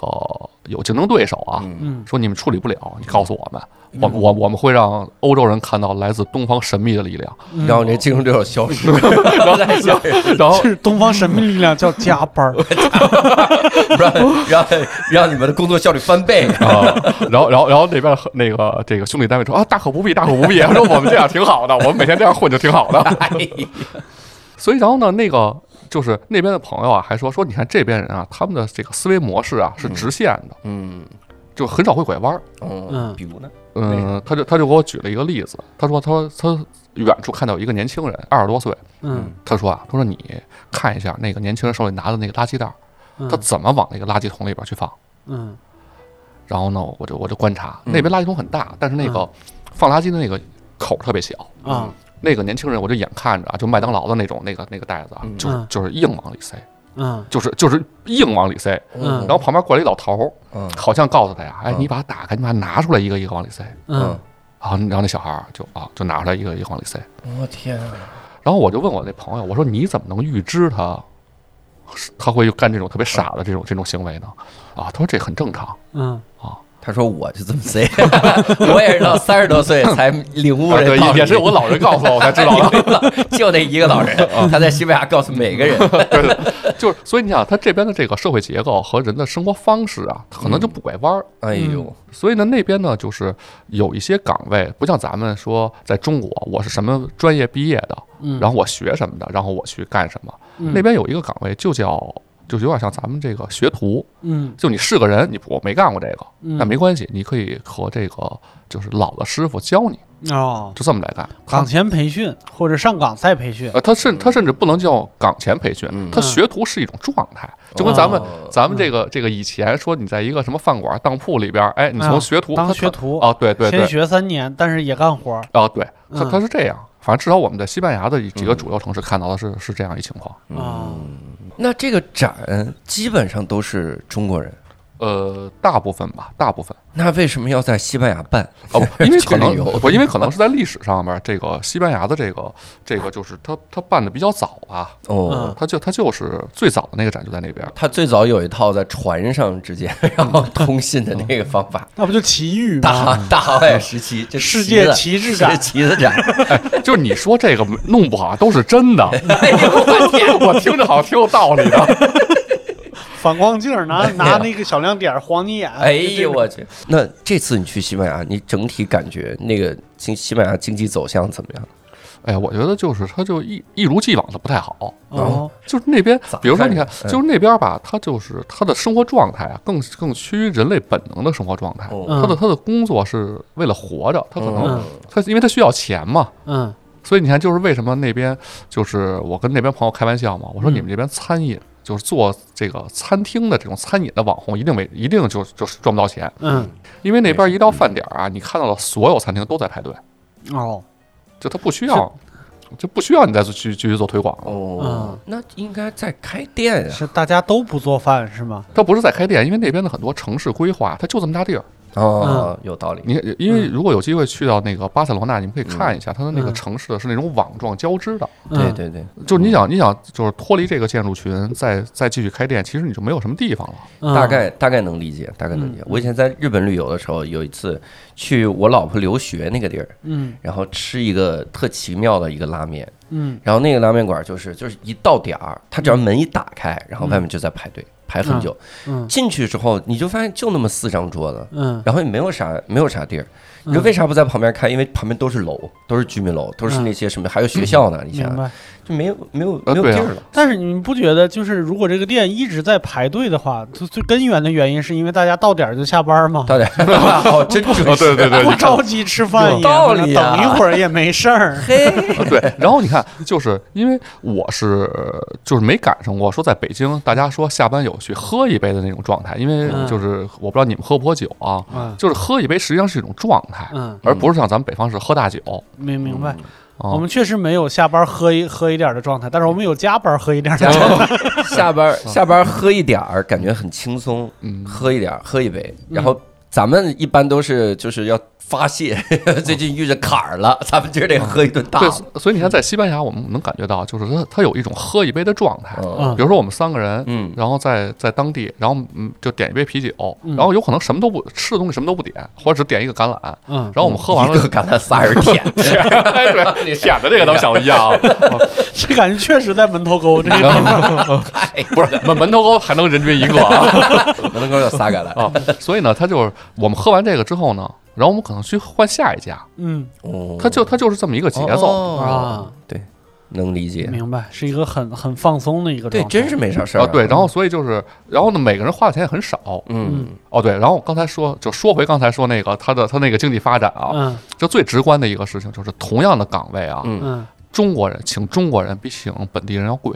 Speaker 3: 有竞争对手啊，
Speaker 1: 嗯
Speaker 2: 嗯
Speaker 3: 说你们处理不了，你告诉我们，我我我们会让欧洲人看到来自东方神秘的力量。
Speaker 2: 嗯，
Speaker 1: 然后这竞争 对手消失，不再消失，
Speaker 3: 然后
Speaker 2: 是东方神秘力量叫加班儿，
Speaker 1: 让让让你们的工作效率翻倍。
Speaker 3: 啊、然后然后然后那边和那个这个兄弟单位说啊，大可不必，大可不必，啊他说我们这样挺好的，我们每天这样混就挺好的。
Speaker 1: 哎
Speaker 3: 所以然后呢，那个就是那边的朋友啊，还说说你看这边人啊，他们的这个思维模式啊是直线的，
Speaker 1: 嗯
Speaker 3: 就很少会拐弯儿。
Speaker 1: 嗯，
Speaker 2: 嗯
Speaker 1: 比如呢？
Speaker 3: 嗯，他就他就给我举了一个例子，他说他说他远处看到有一个年轻人，二十多岁，
Speaker 2: 嗯，
Speaker 3: 他说啊，他说你看一下那个年轻人手里拿的那个垃圾袋儿，
Speaker 2: 嗯
Speaker 3: 他怎么往那个垃圾桶里边去放？
Speaker 2: 嗯
Speaker 3: 然后呢，我就我就观察，
Speaker 1: 嗯
Speaker 3: 那边垃圾桶很大，但是那个放垃圾的那个口儿特别小。
Speaker 2: 啊
Speaker 3: 那个年轻人，我就眼看着啊，就麦当劳的那种那个那个袋子啊，
Speaker 1: 嗯
Speaker 3: 就是
Speaker 2: 嗯
Speaker 3: 就是硬往里塞，
Speaker 2: 嗯
Speaker 3: 就是就是硬往里塞。
Speaker 2: 嗯
Speaker 3: 然后旁边过来一老头儿，
Speaker 1: 嗯
Speaker 3: 好像告诉他呀，哎，
Speaker 1: 嗯
Speaker 3: 你把它打开，你把它拿出来一个一个往里塞。
Speaker 2: 嗯
Speaker 3: 然后然后那小孩儿就啊就拿出来一个一个往里塞。
Speaker 1: 嗯，我天啊！
Speaker 3: 然后我就问我那朋友，我说你怎么能预知他是他会干这种特别傻的这种这种行为呢？啊，他说这很正常。
Speaker 2: 嗯
Speaker 1: 他说我就这么贼， 我也是到三十多 岁才领悟
Speaker 3: 啊、
Speaker 1: 这
Speaker 3: 对
Speaker 1: 道，理
Speaker 3: 也是我老人告诉我，我才知道啊的。
Speaker 1: 就那一个 老人，
Speaker 3: 嗯
Speaker 1: 他在西班牙告诉每个人，
Speaker 3: 就是所以你想，他这边的这个社会结构和人的生活方式啊，可能就不拐弯儿。
Speaker 1: 哎呦，
Speaker 3: 所以呢，那边呢，就是有一些岗位，不像咱们说在中国，我是什么专业毕业的，
Speaker 2: 嗯，
Speaker 3: 然
Speaker 2: 后
Speaker 3: 后我学什么的，然后我去干什么。
Speaker 1: 嗯
Speaker 3: 那边有一个岗位就叫，就是有点像咱们这个学徒，
Speaker 2: 嗯
Speaker 3: 就你是个人，你我没干过这个，
Speaker 2: 嗯
Speaker 3: 那没关系，你可以和这个就是老的师傅教你，
Speaker 2: 哦，
Speaker 3: 就这么来干。
Speaker 2: 岗前培训或者上岗再培训，
Speaker 3: 呃，他甚他甚至不能叫岗前培训
Speaker 1: 嗯，
Speaker 3: 他学徒是一种状态，就跟咱们
Speaker 1: 哦
Speaker 3: 咱
Speaker 2: 嗯
Speaker 3: 们这个这个以前说你在一个什么饭馆当铺里边儿，哎，你
Speaker 2: 啊
Speaker 3: 从学
Speaker 1: 呃
Speaker 3: 徒
Speaker 2: 当
Speaker 3: 他
Speaker 2: 学徒
Speaker 3: 哦，对对对
Speaker 2: 先，学三年，但是也干活儿。
Speaker 3: 哦对，他
Speaker 2: 嗯
Speaker 3: 他是这样，反正至少我们在西班牙的
Speaker 1: 嗯
Speaker 3: 几个主流城市看到的是是这样一情况。
Speaker 2: 啊，
Speaker 1: 那这个展基本上都是中国人，
Speaker 3: 呃，大部分吧，大部 分
Speaker 1: 那为什么要在西班牙办？
Speaker 3: 哦，不因为可能
Speaker 1: 这里有
Speaker 3: 不，因为可能是在历史上面，这个西班牙的这个这个就是他他办的比较早吧，
Speaker 2: 嗯
Speaker 1: 哦，
Speaker 3: 他就他就是最早的那个展就在那边儿，
Speaker 1: 他最早有一套在船上之 间然后通信的那个方法，
Speaker 2: 那不就奇遇吗？
Speaker 1: 大大航海时期，这
Speaker 2: 嗯啊世界旗帜展
Speaker 1: 旗子展，
Speaker 3: 就是你说这个弄不好啊都是真的，
Speaker 1: 哎呦我天！
Speaker 3: 我听着好像挺有道理的。
Speaker 2: 反光镜儿拿拿那个小亮点儿晃你眼，
Speaker 1: 哎
Speaker 2: 就这
Speaker 1: 呦
Speaker 2: 种
Speaker 1: 我去！那这次你去西班牙，你整体感觉那个经西班牙经济走向怎么样？
Speaker 3: 哎呀，我觉得就是他就一一如既往的不太好，
Speaker 2: 哦，
Speaker 3: 就是那边
Speaker 1: 嗯咋，
Speaker 3: 比如说
Speaker 1: 看
Speaker 3: 你
Speaker 1: 着嗯
Speaker 3: 看，就是那边吧，他就是他的生活状态啊，更更趋于人类本能的生活状态。
Speaker 1: 哦
Speaker 3: 他的他的工作是为了活着，他可能
Speaker 2: 嗯
Speaker 3: 他因为他需要钱嘛，
Speaker 2: 嗯
Speaker 3: 所以你看，就是为什么那边就是我跟那边朋友开玩笑嘛，我说
Speaker 2: 嗯
Speaker 3: 你们这边餐饮就是做这个餐厅的这种餐饮的网红，一定没一定就就是赚不到钱，
Speaker 2: 嗯
Speaker 3: 因为那边
Speaker 1: 嗯
Speaker 3: 一到饭点儿啊，你看到的所有餐厅都在排队，
Speaker 2: 哦，
Speaker 3: 就他不需要就不需要你再去继续做推广了。
Speaker 2: 嗯
Speaker 1: 哦，那应该在开店啊。
Speaker 2: 是大家都不做饭是吗？
Speaker 3: 它不是在开店，因为那边的很多城市规划，它就这么大地儿。
Speaker 2: 嗯
Speaker 1: 哦，有道理。
Speaker 3: 你因为如果有机会去到那个巴塞罗那，你们可以看一下它的那个
Speaker 2: 嗯
Speaker 3: 城市是那种网状交织的。
Speaker 1: 对
Speaker 2: 嗯，
Speaker 1: 对对，
Speaker 3: 就是你想，你想就是脱离这个建筑群，再再继续开店，其实你就没有什么地方了。
Speaker 2: 嗯
Speaker 1: 大概大概能理解，大概能理解。我以前在日本旅游的时候，有一次去我老婆留学那个地儿，
Speaker 2: 嗯
Speaker 1: 然后吃一个特奇妙的一个拉面，
Speaker 2: 嗯
Speaker 1: 然后那个拉面馆就是就是一到点儿，他只要门一打开，然后外面就在排队，排很久。
Speaker 2: 嗯
Speaker 1: 进去之后，你就发现就那么四张桌子，
Speaker 2: 嗯
Speaker 1: 然后也没有啥没有啥地儿。你说
Speaker 2: 嗯
Speaker 1: 为啥不在旁边看？因为旁边都是楼，都是居民楼，都是那些什么，还有学校呢。你想
Speaker 2: 嗯明
Speaker 1: 想，
Speaker 2: 白。
Speaker 1: 就没有没有
Speaker 3: 呃
Speaker 1: 没有
Speaker 3: 对啊
Speaker 1: 地儿了。
Speaker 2: 但是你们不觉得，就是如果这个店一直在排队的话，最最根源的原因是因为大家到点儿就下班吗？
Speaker 1: 到底哦，真准时。
Speaker 3: 对对对
Speaker 2: 不着急吃饭
Speaker 1: 有
Speaker 2: 也
Speaker 1: 道理啊
Speaker 2: 等一会儿也没 事儿。
Speaker 1: 嘿，
Speaker 3: 对，然后你看，就是因为我是呃就是没赶上过说在北京大家说下班有去喝一杯的那种状态，因为
Speaker 2: 嗯
Speaker 3: 就是我不知道你们喝不喝酒啊，
Speaker 2: 嗯
Speaker 3: 就是喝一杯实际上是一种状态，
Speaker 2: 嗯，
Speaker 3: 而不是像咱们北方是喝大酒。
Speaker 2: 明明白。
Speaker 3: 啊
Speaker 2: 我们确实没有下班喝一喝一点儿的状态，但是我们有加班喝一点儿的
Speaker 1: 下
Speaker 2: 状态。
Speaker 1: 班下 班下班喝一点儿，感觉很轻松，
Speaker 3: 嗯
Speaker 1: 喝一点儿，喝一杯，
Speaker 2: 嗯
Speaker 1: 然后。咱们一般都是就是要发泄， 最近遇着坎儿了，咱们今儿得喝一顿大
Speaker 3: 对
Speaker 1: 的。，
Speaker 3: 所以你看，在西班牙，我们能感觉到，就是它它有一种喝一杯的状态。
Speaker 1: 嗯
Speaker 3: 比如说我们三个人，
Speaker 1: 嗯
Speaker 3: 然后在在当地，然后嗯就点一杯啤酒，然后有可能什么都不吃的东西什么都不点，或者只点一个橄榄，
Speaker 2: 嗯
Speaker 3: 然，后我们喝完
Speaker 1: 一
Speaker 3: 了
Speaker 1: 个，橄榄仨人舔，
Speaker 3: 哎对，舔的这个都想不一样， 啊
Speaker 2: 这感觉确实在门头沟这个地方。
Speaker 3: 不是门门头沟还能人均一个啊
Speaker 1: 门头沟有仨橄榄。
Speaker 3: 啊，所以呢，他就是我们喝完这个之后呢，然后我们可能去换下一家，
Speaker 2: 嗯
Speaker 1: 哦
Speaker 3: 他就他就是这么一个节奏，
Speaker 2: 啊，
Speaker 1: 对，能理解。
Speaker 2: 明白，是一个很很放松的一个
Speaker 1: 对，
Speaker 2: 状态。
Speaker 1: 真是没啥事儿
Speaker 3: 啊对，然后所以就是，然后呢，每个人花的钱也很少，
Speaker 1: 嗯，
Speaker 3: 哦对，然后我刚才说就说回刚才说那个他的他那个经济发展啊，
Speaker 2: 嗯
Speaker 3: 就最直观的一个事情就是同样的岗位啊，
Speaker 1: 嗯
Speaker 2: 嗯，
Speaker 3: 中国人请中国人比请本地人要贵，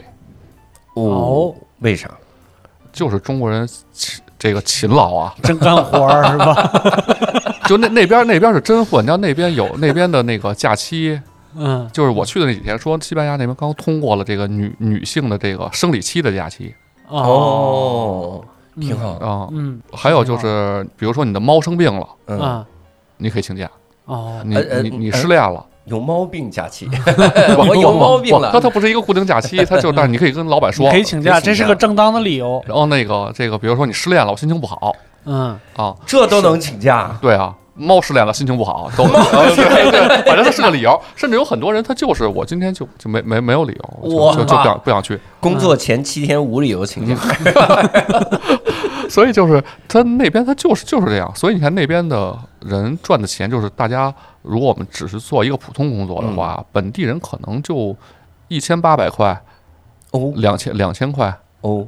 Speaker 1: 哦，为啥？
Speaker 3: 就是中国人勤这个勤劳 啊，
Speaker 2: 真干活儿是吧？
Speaker 3: 就那那边那边是真混，你知道那边有那边的那个假期，
Speaker 2: 嗯
Speaker 3: 就是我去的那几天，说西班牙那边刚通过了这个女女性的这个生理期的假期
Speaker 2: 哦，
Speaker 1: 挺好。
Speaker 3: 啊、
Speaker 2: 嗯
Speaker 3: 还有就是比如说你的猫生病了，
Speaker 1: 嗯，
Speaker 2: 啊
Speaker 3: 你可以请假，
Speaker 2: 哦
Speaker 3: 你
Speaker 1: 呃呃
Speaker 3: 你你
Speaker 1: 呃
Speaker 3: 失恋了，
Speaker 1: 有毛病假期，
Speaker 3: 不
Speaker 1: 我
Speaker 3: 不
Speaker 1: 有
Speaker 3: 不
Speaker 1: 毛病
Speaker 3: 不它
Speaker 1: 了。
Speaker 3: 它不是一个固定假期，它就但是你可以跟老板
Speaker 2: 你
Speaker 3: 说
Speaker 2: 可。以请
Speaker 1: 可
Speaker 2: 假，
Speaker 1: 以请
Speaker 2: 这是
Speaker 1: 假
Speaker 2: 个正当的理由。
Speaker 3: 然后那个这个，比如说你失恋了，我心情不好
Speaker 2: 嗯，
Speaker 3: 啊，
Speaker 1: 这都能请假？
Speaker 3: 对啊，猫失恋了，心情不好，都对对对， 反正它是个理由。甚至有很多人他就是我今天就就没没没有理由，就
Speaker 1: 哇
Speaker 3: 就就不想不想去。
Speaker 1: 工作前七天无理由请假。
Speaker 3: 所以就是他那边他就是就是这样，所以你看那边的人赚的钱，就是大家如果我们只是做一个普通工作的话，
Speaker 1: 嗯
Speaker 3: 本地人可能就一千八百块、
Speaker 1: 哦
Speaker 3: 两千两千块
Speaker 1: 哦，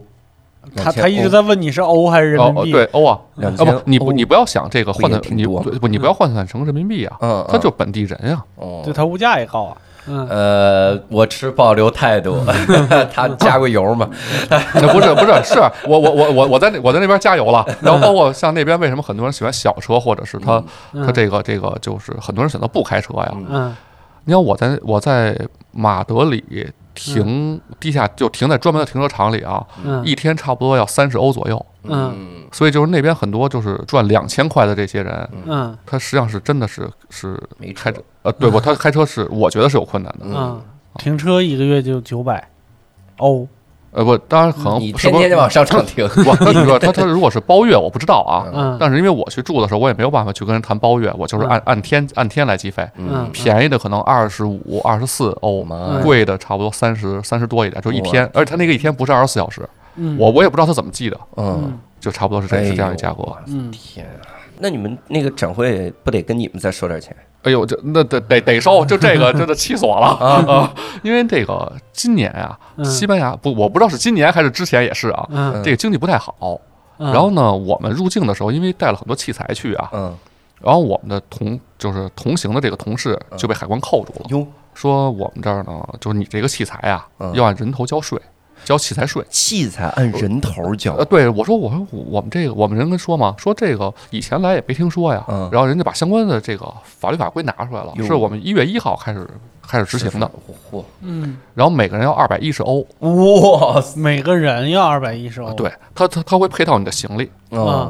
Speaker 2: 他他一直在问你是欧还是人
Speaker 3: 哦
Speaker 2: 民
Speaker 3: 哦
Speaker 2: 币？
Speaker 3: 对欧啊
Speaker 1: 两
Speaker 3: 啊
Speaker 1: 千
Speaker 3: 不你不
Speaker 1: 欧
Speaker 3: 你不要想这个换算
Speaker 1: 不也
Speaker 3: 你
Speaker 1: 挺多吗
Speaker 3: 对不你不要换算成人民币啊，
Speaker 1: 嗯，
Speaker 3: 他就本地人呀、
Speaker 2: 对，
Speaker 1: 哦。
Speaker 2: 他物价也高啊。嗯
Speaker 1: 呃，我持保留态度，他加过油嘛？
Speaker 3: 那不是不是，是我我我我我在那我在那边加油 了，然后包括像那边为什么很多人喜欢小车，或者是他、
Speaker 2: 嗯
Speaker 3: 他这个这个就是很多人选择不开车呀。
Speaker 1: 嗯
Speaker 2: 嗯
Speaker 3: 你看我在我在马德
Speaker 1: 嗯
Speaker 3: 里停地下就停在专门的停车场里啊，
Speaker 2: 嗯
Speaker 3: 一天差不多要三十欧左右，
Speaker 2: 嗯
Speaker 1: 嗯，
Speaker 3: 所以就是那边很多就是赚两千块的这些人，
Speaker 2: 嗯
Speaker 3: 他实际上是真的是是
Speaker 1: 没车
Speaker 3: 开车呃对不，他开车是我觉得是有困难的，
Speaker 2: 嗯，停车一个月就九百欧。
Speaker 3: 呃不，当然可能
Speaker 1: 你
Speaker 3: 是
Speaker 1: 天
Speaker 3: 不
Speaker 1: 天
Speaker 3: 是
Speaker 1: 就往商场停。
Speaker 3: 我 他主要他他如果是包月，我不知道啊。
Speaker 2: 嗯
Speaker 3: 但是因为我去住的时候，我也没有办法去跟人谈包月，我就是按按天按天来计费，
Speaker 2: 嗯，
Speaker 3: 便宜的可能二十五、二十四欧，
Speaker 1: 妈呀
Speaker 3: 贵的差不多三十三十多一点，就一
Speaker 1: 哇
Speaker 3: 天，而且他那个一天不是二十四小时，
Speaker 2: 嗯
Speaker 3: 我我也不知道他怎么记的，
Speaker 1: 嗯，
Speaker 3: 就差不多是这是这样
Speaker 1: 哎
Speaker 3: 一个价格。
Speaker 2: 嗯
Speaker 1: 天啊！那你们那个展会不得跟你们再收点钱？
Speaker 3: 哎呦，这那得得得收，就这个真的气死我了啊！ 因为这个今年啊，
Speaker 2: 嗯
Speaker 3: 西班牙不，我不知道是今年还是之前也是啊，
Speaker 2: 嗯，
Speaker 3: 这个经济不太好。
Speaker 2: 嗯
Speaker 3: 然后呢，我们入境的时候，因为带了很多器材去啊，
Speaker 1: 嗯，
Speaker 3: 然后我们的同就是同行的这个同事
Speaker 1: 嗯
Speaker 3: 就被海关扣住了，
Speaker 1: 哟，
Speaker 3: 说我们这儿呢，就是你这个器材啊
Speaker 1: 嗯，
Speaker 3: 要按人头交税。交器材税。
Speaker 1: 器材按人头交
Speaker 3: 呃，，对，我说我说我们这个我们人跟说嘛，说这个以前来也没听说呀，
Speaker 1: 嗯
Speaker 3: 然后人家把相关的这个法律法规拿出来了，
Speaker 1: 哟
Speaker 3: 是我们一月一号开始开始执行的，
Speaker 1: 嚯，
Speaker 2: 嗯，
Speaker 3: 然后每个人要二百一十欧，
Speaker 1: 哇塞！
Speaker 2: 每个人要二百一
Speaker 1: 哦
Speaker 2: 十欧，
Speaker 3: 啊对他他他会配套你的行李
Speaker 1: 啊
Speaker 2: 啊，，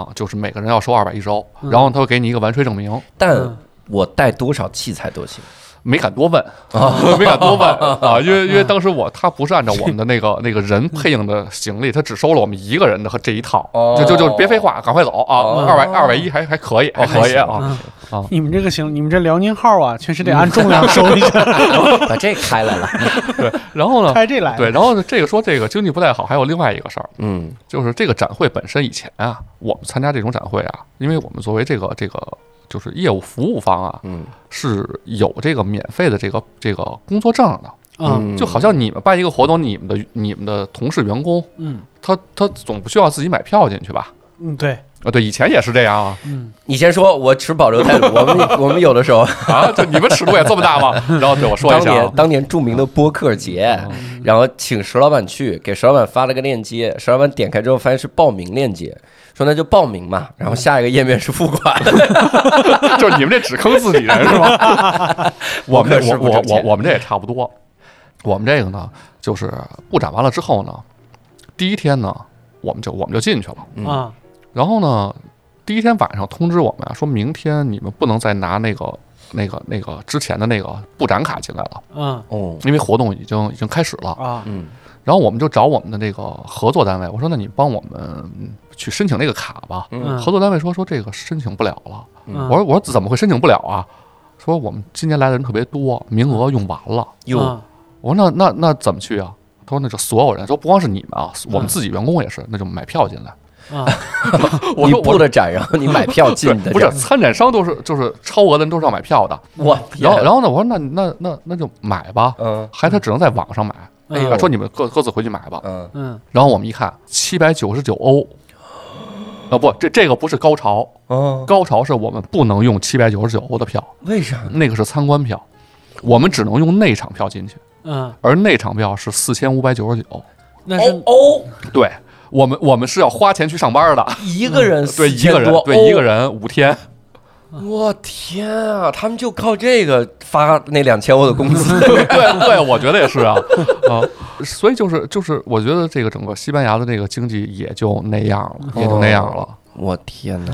Speaker 3: 啊，就是每个人要收二百一十欧，
Speaker 2: 嗯
Speaker 3: 然后他会给你一个完税证明，
Speaker 1: 但
Speaker 2: 嗯
Speaker 1: 我带多少器材都 行。
Speaker 3: 没敢多问， 没敢多问啊，因为因为当时我他不是按照我们的 那个那个人配应的行李，他只收了我们一个人的和这一套
Speaker 1: 哦，
Speaker 3: 就就就别废话，赶快走啊，
Speaker 1: 哦
Speaker 3: 二百二百一还还可以，还可以啊，
Speaker 2: 啊，你们这个行，你们这辽宁号啊，确实
Speaker 3: 嗯
Speaker 2: 得按重 量收一下，
Speaker 1: 把这开来了。
Speaker 3: 然后呢？
Speaker 2: 开这来，
Speaker 3: 对，，然后呢，这个说这个经济不太好，还有另外一个事儿，
Speaker 1: 嗯，
Speaker 3: 就是这个展会本身以前啊，我们参加这种展会啊，因为我们作为这个这个就是业务服务方啊，
Speaker 1: 嗯
Speaker 3: 是有这个免费的这个这个工作证的，
Speaker 2: 嗯
Speaker 3: 啊就好像你们办一个活动，你们的你们的同事员工，
Speaker 2: 嗯
Speaker 3: 他他总不需要自己买票进去吧？
Speaker 2: 嗯，对，
Speaker 3: 啊，对，以前也是这样 啊，
Speaker 2: 嗯
Speaker 1: 你先说，我持保留 态度。我们我们有的时候，
Speaker 3: 啊，就你们尺度也这 么大吗？然后对我说一
Speaker 1: 当
Speaker 3: 下嗯啊
Speaker 1: 年，当年著名的播客节，然后请石老板去，给石老板发了个链接，石老板点开之后发现是报名链接，说那就报名嘛。然后下一个页面是付款，
Speaker 3: 就是你们这只坑自己人是吧？
Speaker 1: 我
Speaker 3: 我们
Speaker 1: 可是
Speaker 3: 这
Speaker 1: 不
Speaker 3: 我我
Speaker 1: 挣
Speaker 3: 我
Speaker 1: 钱
Speaker 3: 我们这也差不多。我们这个呢，就是布展完了之后呢，第一天呢，我们就我们就进去了。
Speaker 1: 嗯
Speaker 2: 啊，
Speaker 3: 然后呢，第一天晚上通知我们啊，说明天你们不能再拿那个那个那个之前的那个布展卡进来了，
Speaker 2: 嗯
Speaker 1: 哦，
Speaker 3: 因为活动已经已经开始了。
Speaker 2: 啊，
Speaker 1: 嗯
Speaker 3: 然后我们就找我们的那个合作单位，我说那你帮我们去申请那个卡吧。
Speaker 2: 嗯
Speaker 3: 合作单位说说这个申请不了了。
Speaker 2: 嗯
Speaker 3: 我说我说怎么会申请不了啊？说我们今年来的人特别多，名额用完了。
Speaker 1: 哟，
Speaker 2: 啊
Speaker 3: 我说那那那怎么去啊？他说那就所有人，说不光是你们啊，我们自己员工也是，那就买票进来。
Speaker 2: 啊，
Speaker 3: 我
Speaker 1: 你
Speaker 3: 说
Speaker 1: 布
Speaker 3: 我
Speaker 1: 的展，然 后你买票进
Speaker 3: 对
Speaker 1: 的，
Speaker 3: 不是参展商都是就是超额的人都是要买票的。
Speaker 1: 我天啊
Speaker 3: 然后然后呢，我说那那那那就买吧，
Speaker 1: 嗯
Speaker 3: 还他只能在网上买。
Speaker 2: 哎
Speaker 1: 呦
Speaker 3: 啊说你们各各自回去买吧。
Speaker 1: 嗯
Speaker 2: 嗯
Speaker 3: 然后我们一看，七百九十九欧。啊不，这这个不是高潮，
Speaker 1: 哦，
Speaker 3: 高潮是我们不能用七百九十九欧的票，
Speaker 1: 为啥呢？
Speaker 3: 那个是参观票，我们只能用内场票进去，
Speaker 2: 嗯，
Speaker 3: 而内场票是四千五百九十九。
Speaker 2: 那
Speaker 1: 哦
Speaker 2: 是
Speaker 1: 哦，
Speaker 3: 对我们，我们是要花钱去上班的，
Speaker 1: 嗯一个人
Speaker 3: 对一个
Speaker 1: 4000多
Speaker 3: 人，对一个
Speaker 1: 哦
Speaker 3: 人五 天，
Speaker 1: 我天啊！他们就靠这个发那两千欧的工资，
Speaker 3: 对对，我觉得也是啊啊，所以就是就是，我觉得这个整个西班牙的这个经济也就那样了，也就那样了。
Speaker 1: 我天哪！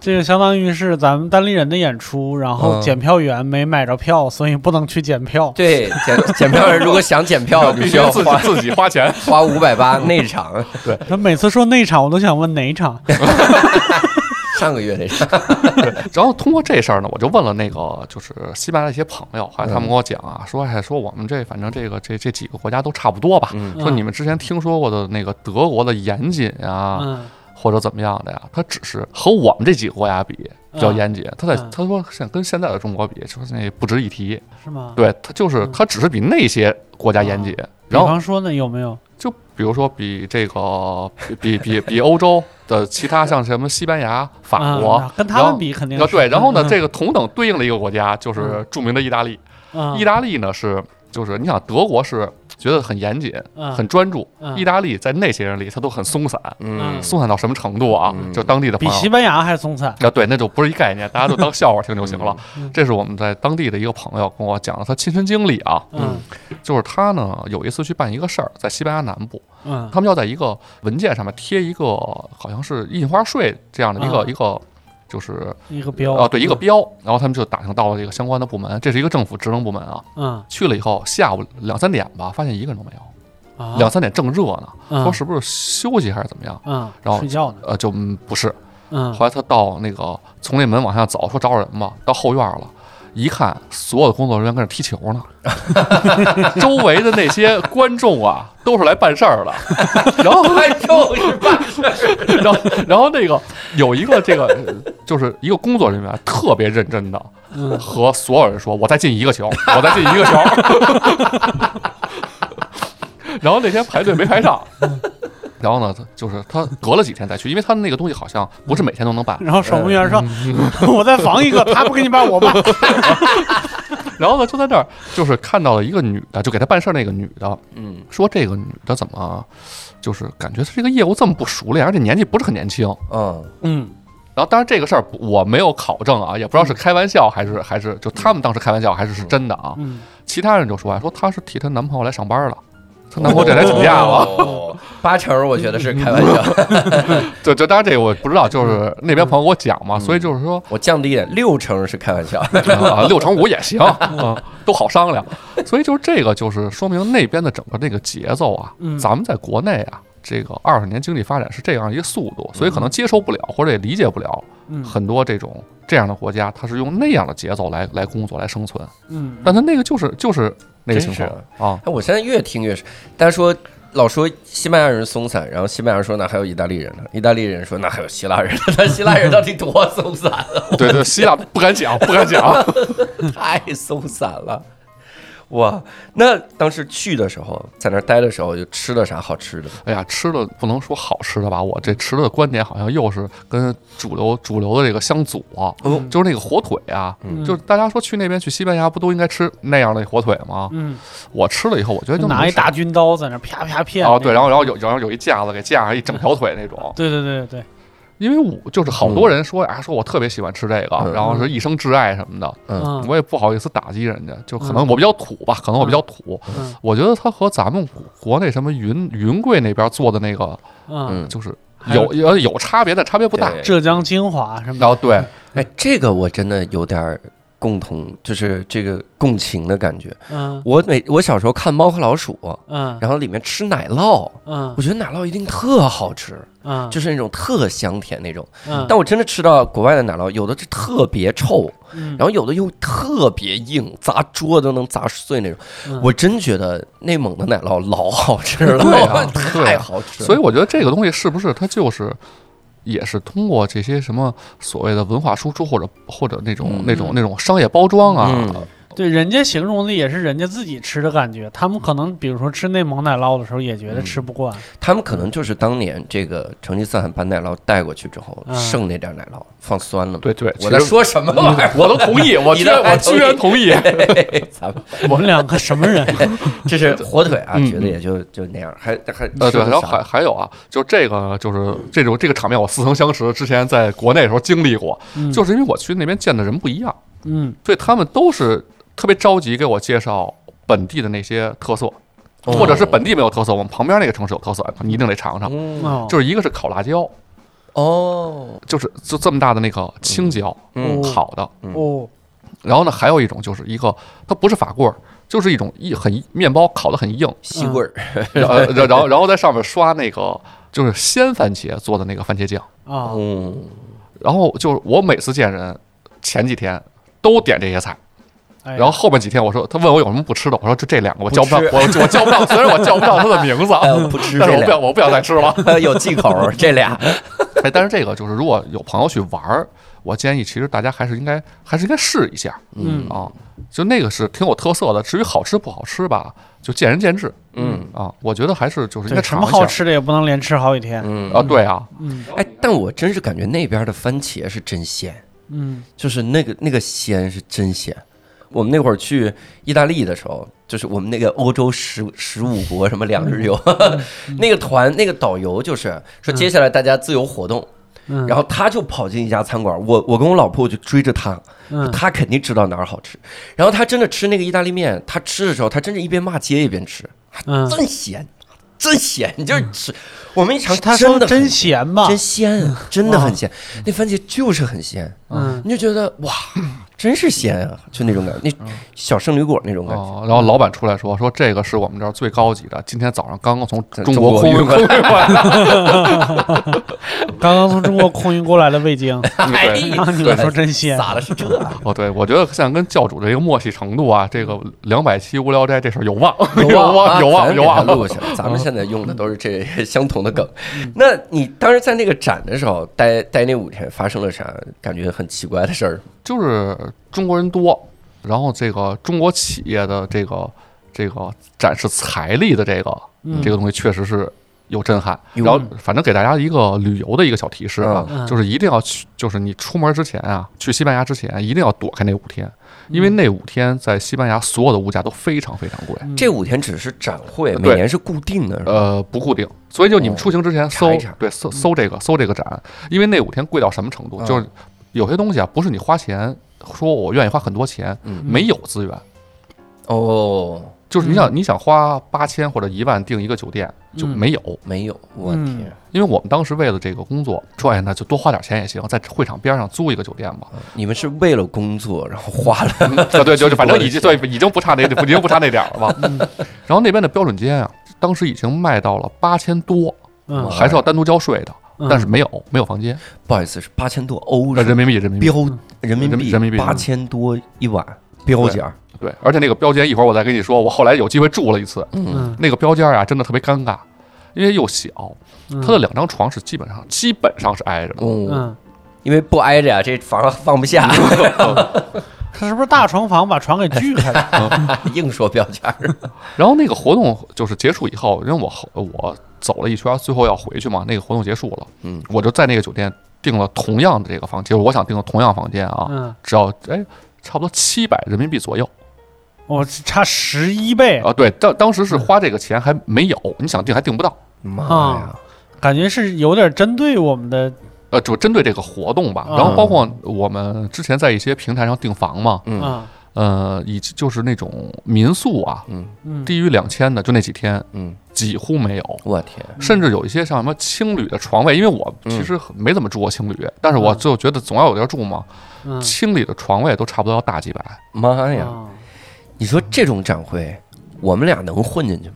Speaker 2: 这个相当于是咱们单立人的演出，然后
Speaker 1: 嗯
Speaker 2: 检票员没买着票，所以不能去检票。
Speaker 1: 对，检检票人如果想检票，
Speaker 3: 必
Speaker 1: 你
Speaker 3: 须
Speaker 1: 需
Speaker 3: 要
Speaker 1: 要
Speaker 3: 自 己
Speaker 1: 花
Speaker 3: 自己花钱，
Speaker 1: 花五百八那场，
Speaker 2: 他每次说那场，我都想问哪场。
Speaker 1: 上个月那场，
Speaker 3: 然后通过这事儿呢，我就问了那个就是西班牙的一些朋友，后来他们跟我讲啊，说哎说我们这反正这个这这几个国家都差不多吧，
Speaker 1: 嗯
Speaker 3: 说你们之前听说过的那个德国的严谨啊，
Speaker 2: 嗯
Speaker 3: 或者怎么样的呀，它只是和我们这几个国家比比较严谨，它在
Speaker 2: 嗯
Speaker 3: 他说现跟现在的中国比，就是那不值一提，
Speaker 2: 嗯，是吗？。
Speaker 3: 对，它就是
Speaker 2: 嗯
Speaker 3: 它只是比那些国家严谨，
Speaker 2: 比
Speaker 3: 然后
Speaker 2: 方说呢，有没有？
Speaker 3: 就比如说比这个比比比比欧洲的其他像什么西班牙、法国。
Speaker 2: 啊、跟他们比肯定
Speaker 3: 啊，
Speaker 2: 是
Speaker 3: 对，然后呢，
Speaker 2: 嗯
Speaker 3: 这个同等对应的一个国家就是著名的意大利。
Speaker 2: 嗯
Speaker 3: 意大利呢是，就是你想德国是觉得很严谨、
Speaker 2: 嗯
Speaker 3: 很专注，
Speaker 2: 嗯
Speaker 3: 意大利在那些人里他都很松散，
Speaker 1: 嗯，
Speaker 3: 松散到什么程度啊？
Speaker 1: 嗯
Speaker 3: 就当地的
Speaker 2: 比
Speaker 3: 朋友
Speaker 2: 西班牙还松散。
Speaker 3: 啊，对，那就不是一概念，大家就当笑话听就行了。
Speaker 2: 嗯
Speaker 3: 这是我们在当地的一个朋友跟我讲的他亲身经历啊，
Speaker 2: 嗯
Speaker 3: 就是他呢有一次去办一个事儿，在西班牙南部，
Speaker 2: 嗯
Speaker 3: 他们要在一个文件上面贴一个好像是印花税这样的一个、
Speaker 2: 啊
Speaker 3: 一个。就是
Speaker 2: 一个标
Speaker 3: 啊，
Speaker 1: 嗯
Speaker 3: 对一个标，然后他们就打听到了这个相关的部门，这是一个政府职能部门啊。
Speaker 2: 嗯
Speaker 3: 去了以后，下午两三点吧，发现一个人都没有，
Speaker 2: 啊
Speaker 3: 两三点正热呢，
Speaker 1: 啊
Speaker 2: 嗯
Speaker 3: 说是不是休息还是怎么样？
Speaker 2: 嗯
Speaker 3: 然后
Speaker 2: 睡觉呢
Speaker 3: 呃，就嗯不是，
Speaker 1: 啊
Speaker 2: 嗯
Speaker 3: 后来他到那个从那门往下走，说找人嘛，到后院了，一看所有的工作人员跟那踢球 呢，周围的那些观众啊都是来办事儿的， 然后
Speaker 1: 哎就是吧，
Speaker 3: 然后然后那个有一个这个呃就是一个工作人员特别认真的
Speaker 2: 嗯
Speaker 3: 和所有人说，我再进一个球，我再进一个球， 然后那天排队没排上。然后呢，他就是他隔了几天再去，因为他那个东西好像不是每
Speaker 2: 嗯
Speaker 3: 天都能办，
Speaker 2: 然后守门员说：“我再防一个，他不给你办，我办。
Speaker 3: 然后呢，就在这儿就是看到了一个女的，就给他办事儿那个女的，
Speaker 1: 嗯
Speaker 3: 说这个女的怎么就是感觉这个业务这么不熟练，而且年纪不是很年轻。
Speaker 1: 嗯
Speaker 2: 嗯
Speaker 3: 然后当然这个事儿不我没有考证啊，也不知道是开玩笑还是还是就他们当时开玩笑还是是真的啊。
Speaker 2: 嗯，
Speaker 3: 其他人就说啊，说她是替她男朋友来上班了，她男朋友这来请假了。
Speaker 1: 哦，八成我觉得是开玩 笑，
Speaker 2: 嗯
Speaker 3: 对，就当然这个我不知道，就是那边朋友给我讲嘛，
Speaker 1: 嗯
Speaker 3: 所以就 是说
Speaker 1: 我降低一点，六成是开玩笑。
Speaker 3: 啊，六乘五 也行啊，都好商量。所以就是这个，就是说明那边的整个那个节奏啊
Speaker 2: 嗯，
Speaker 3: 咱们在国内啊，这个二十年经济发展是这样一个速度，所以可能接受不了或者也理解不了
Speaker 2: 嗯
Speaker 3: 很多这种这样的国家，它是用那样的节奏来来工作来生存，
Speaker 2: 嗯
Speaker 3: 但它那个就是就是那个
Speaker 1: 真
Speaker 3: 情况
Speaker 1: 是
Speaker 3: 啊，
Speaker 1: 哎，我现在越听越是，大家说老说西班牙人松散，然后西班牙人说那还有意大利人呢，意大利人说那还有希腊人呢，那希腊人到底多松散啊？
Speaker 3: 对对，希腊不敢讲，不敢讲。
Speaker 1: 太松散了。哇，那当时去的时候，在那儿待的时候，就吃了啥好吃的？
Speaker 3: 哎呀，吃的不能说好吃的吧，我这吃的观点好像又是跟主流主流的这个相左、
Speaker 1: 哦
Speaker 3: 就是那个火腿啊，
Speaker 1: 嗯
Speaker 3: 就是大家说去那边去西班牙不都应该吃那样的火腿吗？
Speaker 2: 嗯，
Speaker 3: 我吃了以后，我觉得就
Speaker 2: 拿
Speaker 3: 没
Speaker 2: 一
Speaker 3: 事
Speaker 2: 大军刀在那儿啪啪片。
Speaker 3: 哦，对，然后然后有然后有一架子给架上一整条腿那种，
Speaker 2: 对对对对，
Speaker 3: 因为我就是好多人说啊，说我特别喜欢吃这个
Speaker 1: 嗯，
Speaker 3: 然后是一生挚爱什么的，
Speaker 2: 嗯，
Speaker 3: 我也不好意思打击人家，就可能我比较土吧，可能我比较土
Speaker 2: 嗯，
Speaker 3: 我觉得它和咱们国国内什么云云贵那边做的那个
Speaker 2: 嗯，
Speaker 1: 嗯，
Speaker 3: 就是
Speaker 2: 还
Speaker 3: 有
Speaker 2: 有
Speaker 3: 有有差别，但差别不大。
Speaker 1: 对
Speaker 2: 浙江精华什么
Speaker 3: 然后对，
Speaker 1: 哎，这个我真的有点儿共同，就是这个共情的感觉。
Speaker 2: 的，嗯
Speaker 1: 我每我小时候看《猫和老鼠》，
Speaker 2: 嗯
Speaker 1: 然后里面吃奶酪，
Speaker 2: 嗯
Speaker 1: 我觉得奶酪一定特好吃，
Speaker 2: 嗯，
Speaker 1: 就是那种特香甜那种。
Speaker 2: 嗯
Speaker 1: 但我真的吃到国外的奶酪，有的是特别臭，
Speaker 2: 嗯
Speaker 1: 然后有的又特别硬，砸桌子都能砸碎那种。
Speaker 2: 嗯
Speaker 1: 我真觉得内蒙的奶酪老好吃了，哎
Speaker 3: 对啊对
Speaker 1: 太
Speaker 3: 啊
Speaker 1: 好吃了。
Speaker 3: 所以我觉得这个东西是不是它就是也是通过这些什么所谓的文化输出或者或者那种
Speaker 1: 嗯
Speaker 3: 那种那种商业包装啊，
Speaker 1: 嗯，
Speaker 2: 对人家形容的也是人家自己吃的感觉，他们可能比如说吃内蒙奶酪的时候也觉得吃不惯，
Speaker 1: 他们可能就是当年这个成吉思汗把奶酪带过去之后，
Speaker 2: 嗯
Speaker 1: 剩那点奶酪放酸了嘛。
Speaker 3: 对对，
Speaker 1: 我在
Speaker 3: 其实嗯
Speaker 1: 说什么玩意儿？
Speaker 3: 我都同意，我
Speaker 1: 你
Speaker 3: 居
Speaker 1: 都
Speaker 3: 然
Speaker 1: 还
Speaker 3: 我居然同意，
Speaker 1: 咱们
Speaker 2: 我们两个什么人？啊
Speaker 1: 这是火腿啊，
Speaker 3: 嗯
Speaker 1: 觉得也就就那样，还还
Speaker 3: 呃，
Speaker 1: 吃
Speaker 3: 对，
Speaker 1: 的
Speaker 3: 然后
Speaker 1: 啥
Speaker 3: 还还有啊，就这个就是这种这个场面，我似曾相识。之前在国内的时候经历过，
Speaker 2: 嗯
Speaker 3: 就是因为我去那边见的人不一样，
Speaker 2: 嗯
Speaker 3: 所以他们都是特别着急给我介绍本地的那些特色，
Speaker 1: 哦
Speaker 3: 或者是本地没有特色，我们旁边那个城市有特色，你一定得尝尝。
Speaker 1: 嗯
Speaker 2: 哦
Speaker 3: 就是一个是烤辣椒，
Speaker 1: 哦
Speaker 3: 就是就这么大的那个青椒
Speaker 1: 嗯
Speaker 2: 哦
Speaker 3: 烤的，
Speaker 2: 哦
Speaker 3: 然后呢，还有一种就是一个它不是法棍儿，就是一种一很面包烤的很 硬，
Speaker 1: 西棍儿
Speaker 3: 然后然后然后在上面刷那个就是鲜番茄做的那个番茄酱。
Speaker 2: 啊
Speaker 1: 嗯
Speaker 3: 然后就是我每次见人，前几天都点这些菜，
Speaker 2: 哎呀
Speaker 3: 然后后面几天我说他问我有什么不吃的，我说就这两个我
Speaker 1: 不
Speaker 3: 叫不上，
Speaker 1: 吃
Speaker 3: 我我叫不上，虽然我叫不上他的名字啊，
Speaker 1: 哎我不吃
Speaker 3: 但是
Speaker 1: 这
Speaker 3: 我不想我不想再吃了。
Speaker 1: 俩，有忌口儿这俩。
Speaker 3: 哎，但是这个就是如果有朋友去玩儿，我建议其实大家还是应该还是应该试一下
Speaker 2: 嗯
Speaker 3: 啊，就那个是挺有特色的。至于好吃不好吃吧，就见仁见智
Speaker 1: 嗯
Speaker 3: 啊。我觉得还是就是应
Speaker 2: 对
Speaker 3: 该
Speaker 2: 什
Speaker 3: 尝
Speaker 2: 么
Speaker 3: 一
Speaker 2: 好
Speaker 3: 下
Speaker 2: 吃的也不能连吃好几天，
Speaker 1: 嗯
Speaker 3: 啊，对啊，
Speaker 2: 嗯
Speaker 1: 哎，但我真是感觉那边的番茄是真鲜，
Speaker 2: 嗯
Speaker 1: 就是那个那个鲜是真鲜。我们那会儿去意大利的时候，就是我们那个欧洲十十五国什么两日游，
Speaker 2: 嗯
Speaker 1: 那个团那个导游就是说接下来大家自由活动，
Speaker 2: 嗯，
Speaker 1: 然后他就跑进一家餐馆，我我跟我老婆我就追着他，
Speaker 2: 嗯
Speaker 1: 他肯定知道哪儿好吃。然后他真的吃那个意大利面，他吃的时候他真是一边骂街一边吃，
Speaker 2: 嗯，
Speaker 1: 真咸，真咸，就是吃。我们一尝，
Speaker 2: 他
Speaker 1: 真
Speaker 2: 说
Speaker 1: 的很
Speaker 2: 真咸吧
Speaker 1: 真？鲜，啊真的很鲜，那番茄就是很鲜，
Speaker 2: 嗯
Speaker 1: 你就觉得哇，真是鲜啊，就那种感觉，那小圣女果那种感觉。
Speaker 3: 哦，然后老板出来说说这个是我们这儿最高级的，今天早上刚刚从
Speaker 1: 在
Speaker 3: 中
Speaker 1: 中
Speaker 3: 国
Speaker 1: 国
Speaker 3: 空
Speaker 1: 运
Speaker 3: 运
Speaker 1: 过来
Speaker 3: 过来。
Speaker 2: 刚刚从中国空运过来的味精，
Speaker 1: 哎
Speaker 3: 对
Speaker 1: 呀，
Speaker 2: 你们说真鲜，
Speaker 1: 咋的是这？
Speaker 3: 哦，对，我觉得像跟教主这个默契程度啊，这个两百期无聊斋这事儿有望，
Speaker 1: 有 啊
Speaker 3: 望，有望，有啊望。
Speaker 1: 录下来。咱们现在用的都是这相同的梗。那你当时在那个展的时候，待待那五天，发生了啥？感觉很奇怪的事儿。
Speaker 3: 就是中国人多，然后这个中国企业的这个这个展示财力的这个、
Speaker 2: 嗯
Speaker 3: 这个东西，确实是有震撼。
Speaker 1: 哟
Speaker 3: 然后反正给大家一个旅游的一个小提示啊，
Speaker 2: 嗯
Speaker 3: 就是一定要去，就是你出门之前啊，去西班牙之前一定要躲开那五天，因为那五天在西班牙所有的物价都非常非常贵，
Speaker 2: 嗯
Speaker 1: 这五天只是展会，每
Speaker 3: 对
Speaker 1: 年是固定的，是吧？哦
Speaker 3: 呃，不固定。所以就你们出行之前
Speaker 1: 查
Speaker 3: 搜，
Speaker 1: 一查
Speaker 3: 对，搜搜这个搜这个展，因为那五天贵到什么程度，
Speaker 1: 嗯
Speaker 3: 就是有些东西啊，不是你花钱说我愿意花很多钱，
Speaker 1: 嗯
Speaker 3: 没有资源。
Speaker 1: 哦，
Speaker 3: 就是你想、
Speaker 2: 嗯
Speaker 3: 你想花八千或者一万订一个酒店就
Speaker 2: 嗯
Speaker 3: 没有，
Speaker 1: 没有，我
Speaker 2: 嗯
Speaker 1: 天，啊
Speaker 3: 因为我们当时为了这个工作，说哎那就多花点钱也行，在会场边上租一个酒店嘛。
Speaker 1: 你们是为了工作然后花了，
Speaker 3: 啊 对，就是反 正已经
Speaker 1: 多
Speaker 3: 对已经不差那已经不差那点儿了吧。
Speaker 1: 嗯
Speaker 3: 然后那边的标准间啊，当时已经卖到了八千多，
Speaker 2: 嗯
Speaker 3: 还是要单独交税的，
Speaker 2: 嗯
Speaker 3: 但是没有没有房间，
Speaker 1: 不好意思，是八千多欧
Speaker 3: 呃
Speaker 1: 是吧
Speaker 3: 人民币人民币
Speaker 1: 标人民
Speaker 3: 人
Speaker 1: 币
Speaker 3: 人民币
Speaker 1: 八千多一晚标价，
Speaker 3: 对，而且那个标间一会儿我再跟你说，我后来有机会住了一次，
Speaker 1: 嗯，
Speaker 2: 嗯，
Speaker 3: 那个标间啊真的特别尴尬，因为又小，
Speaker 2: 嗯
Speaker 3: 它的两张床是基本上基本上是挨着的。
Speaker 1: 哦，
Speaker 2: 嗯，
Speaker 1: 因为不挨着呀，这房放不下，
Speaker 3: 嗯
Speaker 2: 他是不是大床房把床给锯开了？
Speaker 1: 硬说标 价儿，
Speaker 3: 然后那个活动就是结束以后，因为我后我走了一圈，最后要回去嘛，那个活动结束了，
Speaker 1: 嗯，
Speaker 3: 我就在那个酒店订了同样的这个房，就是我想订的同样房间啊，
Speaker 2: 嗯，
Speaker 3: 只要哎差不多七百人民币左右
Speaker 2: 我差十一倍，
Speaker 3: 啊，对，当当时是花这个钱还没有，你想订还订不到，
Speaker 1: 妈呀，
Speaker 2: 感觉是有点针对我们的，
Speaker 3: 呃，就针对这个活动吧。
Speaker 2: 嗯
Speaker 3: 然后包括我们之前在一些平台上订房嘛，
Speaker 1: 嗯
Speaker 2: 啊，
Speaker 3: 呃，以及就是那种民宿啊，
Speaker 1: 嗯
Speaker 2: 嗯，
Speaker 3: 低于两千的就那几天
Speaker 1: 嗯，
Speaker 3: 几乎没有，
Speaker 1: 我天，
Speaker 2: 嗯
Speaker 3: 甚至有一些像什么青旅的床位，因为我其实很没怎么住过青旅，但是我就觉得总要有地儿住嘛。
Speaker 2: 嗯
Speaker 3: 青旅的床位都差不多要大几百，
Speaker 1: 妈呀，
Speaker 2: 啊
Speaker 1: 你说这种展会，我们俩能混进去吗？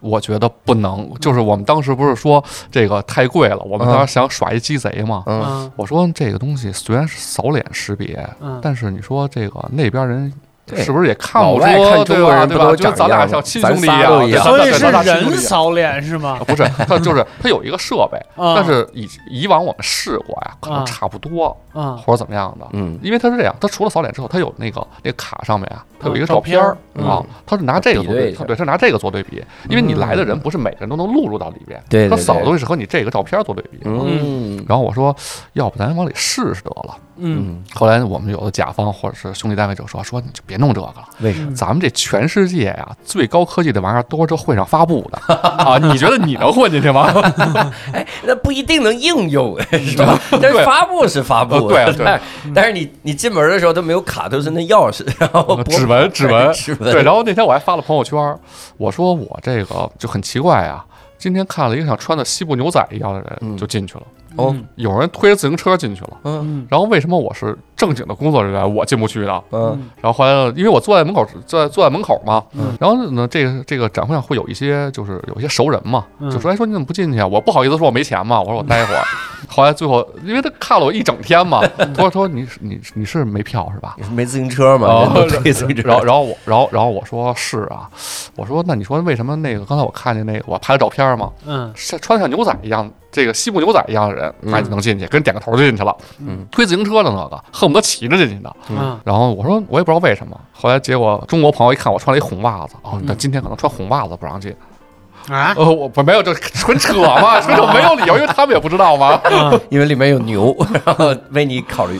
Speaker 3: 我觉得不能。就是我们当时不是说这个太贵了，我们
Speaker 1: 嗯
Speaker 3: 当时想耍一鸡贼嘛。
Speaker 1: 嗯，
Speaker 2: 嗯
Speaker 3: 我说这个东西虽然是扫脸识别，
Speaker 2: 嗯，
Speaker 3: 但是你说这个那边人
Speaker 1: 对
Speaker 3: 是不是也看
Speaker 1: 老
Speaker 3: 我
Speaker 1: 外
Speaker 3: 说
Speaker 1: 看中
Speaker 3: 对
Speaker 1: 国
Speaker 3: 吧？
Speaker 1: 人
Speaker 3: 对
Speaker 1: 不都
Speaker 3: 吧？就
Speaker 1: 长
Speaker 3: 咱
Speaker 1: 一
Speaker 3: 俩
Speaker 1: 样
Speaker 3: 像
Speaker 1: 吗
Speaker 3: 亲
Speaker 1: 咱
Speaker 3: 兄弟
Speaker 1: 仨都
Speaker 3: 样，
Speaker 1: 一
Speaker 3: 对
Speaker 1: 样
Speaker 3: 咱
Speaker 2: 所以
Speaker 3: 俩对
Speaker 2: 是
Speaker 3: 咱俩亲兄弟
Speaker 2: 人
Speaker 3: 一样
Speaker 2: 扫脸是吗？
Speaker 3: 不是，它就是它有一个设备，
Speaker 1: 嗯
Speaker 2: 啊
Speaker 3: 但是以以往我们试过呀，可
Speaker 2: 啊
Speaker 3: 能差不多
Speaker 2: 啊，
Speaker 3: 或者怎么样的。
Speaker 1: 嗯，
Speaker 3: 因为它是这样，它除了扫脸之后，它有那个那个卡上面啊，它有一
Speaker 1: 嗯
Speaker 3: 个照片
Speaker 2: 照
Speaker 3: 儿
Speaker 2: 片儿
Speaker 3: 啊，它是拿这个做
Speaker 1: 比对
Speaker 3: 对
Speaker 1: 一
Speaker 3: 比，
Speaker 1: 下嗯
Speaker 3: 对，它是拿这个做对比，因为你来的人不是每个人都能录入到里边，
Speaker 1: 对对
Speaker 3: 它
Speaker 1: 对
Speaker 3: 扫的东西是和你这个照片儿做对比。
Speaker 1: 嗯
Speaker 3: 然后我说，要不咱往里试试得了。
Speaker 2: 嗯，
Speaker 1: 嗯，
Speaker 3: 后来我们有的甲方或者是兄弟单位就说说你就别弄这个了，
Speaker 1: 为什么？
Speaker 2: 嗯
Speaker 3: 咱们这全世界呀、最高科技的玩意儿都是这会上发布的啊，你觉得你能混进去吗？
Speaker 1: 哎，那不一定能应用，是 吧？但是发布是发布，
Speaker 3: 呃对啊对
Speaker 1: 但但是你你进门的时候都没有卡，都是那钥匙，然后拨
Speaker 3: 嗯指纹指纹
Speaker 1: 指纹，
Speaker 3: 对，然后那天我还发了朋友圈儿，我说我这个就很奇怪啊，今天看了一个像穿的西部牛仔一样的
Speaker 1: 嗯
Speaker 3: 人就进去了，
Speaker 1: 哦，
Speaker 3: 有人推着自行车进去了。
Speaker 1: 嗯
Speaker 3: 然后为什么我是正经的工作人员，我进不去呢？
Speaker 1: 嗯
Speaker 3: 然后后来呢，因为我坐在门口，坐在坐在门口嘛
Speaker 2: 嗯，
Speaker 3: 然后呢，这个这个展会上会有一些就是有一些熟人嘛，
Speaker 2: 嗯
Speaker 3: 就说哎说你怎么不进去啊？我不好意思说我没钱嘛，我说我待会儿。后来最后，因为他看了我一整天嘛，他说说你你你是没票是吧？
Speaker 1: 你是没自行车嘛，
Speaker 3: 哦
Speaker 1: 人都推 自行车，
Speaker 3: 然后，然后我，然后，然后我说是啊，我说那你说为什么那个刚才我看见那个我拍的照片嘛，
Speaker 2: 嗯
Speaker 3: 是穿得像牛仔一样，这个西部牛仔一样的人，
Speaker 1: 嗯
Speaker 3: 那就能进去，跟人点个头就进去了。
Speaker 1: 嗯，
Speaker 3: 推自行车的那个，恨不得骑着进去的。
Speaker 2: 嗯
Speaker 3: 然后我说我也不知道为什么，后来结果中国朋友一看我穿了一红袜子，哦
Speaker 2: 嗯，
Speaker 3: 那今天可能穿红袜子不让进。
Speaker 2: 啊，
Speaker 3: 呃，我不没有，这纯扯嘛，纯扯没有理由，因为他们也不知道嘛。
Speaker 2: 嗯
Speaker 1: 因为里面有牛， 然后为你考虑。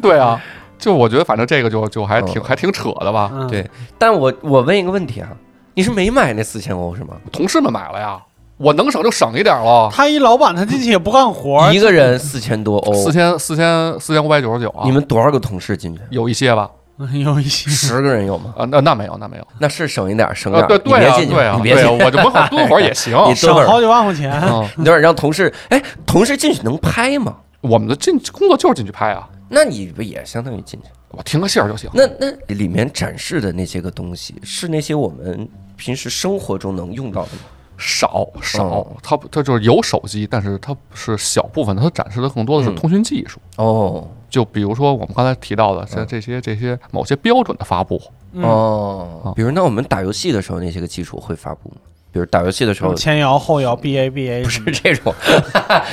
Speaker 3: 对啊，就我觉得反正这个就就还挺还挺扯的吧。
Speaker 2: 嗯
Speaker 1: 对，但我我问一个问题啊，你是没买那四千欧是吗？
Speaker 3: 同事们买了呀，我能省就省一点了。
Speaker 2: 他一老板，他进去也不干活儿，
Speaker 1: 一个人四千多欧，
Speaker 3: 四千四千四千五百九十九
Speaker 1: 哦
Speaker 3: 啊，
Speaker 1: 你们多少个同事进去？
Speaker 3: 有一些吧？
Speaker 2: 嗯 有一 些
Speaker 1: 十个人有 吗？
Speaker 3: 啊，那那没有，那没有。
Speaker 1: 那是省一点，省点
Speaker 3: 啊，
Speaker 1: 儿，
Speaker 3: 对
Speaker 1: 你
Speaker 3: 对
Speaker 1: 别
Speaker 3: 啊，
Speaker 1: 进去，
Speaker 3: 对啊，
Speaker 1: 你别
Speaker 3: 对
Speaker 1: 进
Speaker 3: 啊，哦
Speaker 1: 去，
Speaker 3: 我就门口蹲会儿也行。
Speaker 1: 你
Speaker 2: 省
Speaker 1: 等会儿
Speaker 2: 好几万 块钱，
Speaker 3: 嗯，
Speaker 1: 你等会儿让同事，哎，同事进去能拍吗？
Speaker 3: 我们的进工作就是进去拍啊，
Speaker 1: 那你不也相当于进去？
Speaker 3: 我听个信儿就行。
Speaker 1: 那那里面展示的那些个东西，是那些我们平时生活中能用到的吗？
Speaker 3: 少少
Speaker 1: 嗯，
Speaker 3: 它它就是有手机，但是它是小部分的，它展示的更多的是
Speaker 1: 嗯
Speaker 3: 通讯技术。
Speaker 1: 哦
Speaker 3: 就比如说我们刚才提到的，像这些这些某些标准的发布，
Speaker 2: 嗯
Speaker 1: 哦
Speaker 3: 嗯，
Speaker 1: 比如那我们打游戏的时候，那些个技术会发布吗？比如打游戏的时
Speaker 2: 什么
Speaker 1: 候
Speaker 3: 嗯
Speaker 2: 前摇后摇 B A B A
Speaker 1: 不是这种，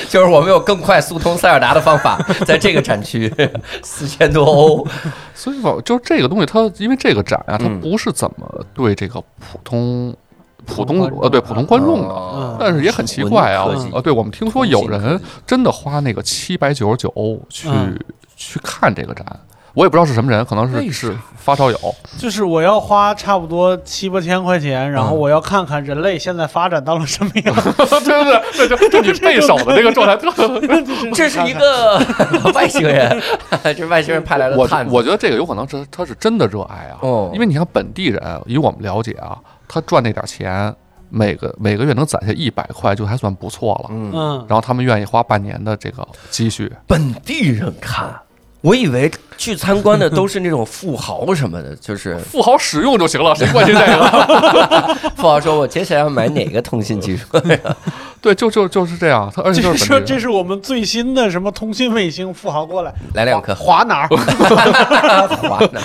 Speaker 1: 就是我们有更快速通塞尔达的方法，在这个展区四千多欧，
Speaker 3: 所以说就是这个东西它，因为这个展啊，它
Speaker 1: 嗯
Speaker 3: 不是怎么对这个普通普通呃对普通 观众的。
Speaker 1: 哦
Speaker 3: 但是也很奇怪啊
Speaker 1: 纯科技，
Speaker 3: 呃，对我们听说有人真的花那个七百九十九欧去
Speaker 2: 嗯
Speaker 3: 去看这个展，我也不知道是什么人，可能
Speaker 1: 为
Speaker 3: 是是发烧友，
Speaker 2: 就是我要花差不多七八千块钱，然后
Speaker 1: 嗯
Speaker 2: 我要看看人类现在发展到了什么样。
Speaker 3: 真的，这 就就你背手的那个状态特
Speaker 1: 这是一 个外星人， 这是外星人派来的
Speaker 3: 我
Speaker 1: 探子。
Speaker 3: 我觉得这个有可能是他是真的热爱啊，
Speaker 1: 哦
Speaker 3: 因为你看本地人，以我们了解啊，他赚那点钱，每个每个月能攒下一百块就还算不错了。
Speaker 1: 嗯，
Speaker 2: 嗯，
Speaker 3: 然后他们愿意花半年的这个积蓄，
Speaker 1: 本地人看，我以为去参观的都是那种富豪什么的， 就是
Speaker 3: 富豪使用就行了，谁关心这个？
Speaker 1: 富豪说我接下来要买哪个通信技术，
Speaker 3: 对，就就就是这样。他而且
Speaker 2: 就
Speaker 3: 就
Speaker 2: 说
Speaker 3: 是是本地
Speaker 2: 这
Speaker 3: 人，
Speaker 2: 是我们最新的什么通信卫星，富豪过来
Speaker 1: 来两颗
Speaker 2: 划哪儿？
Speaker 1: 华呢？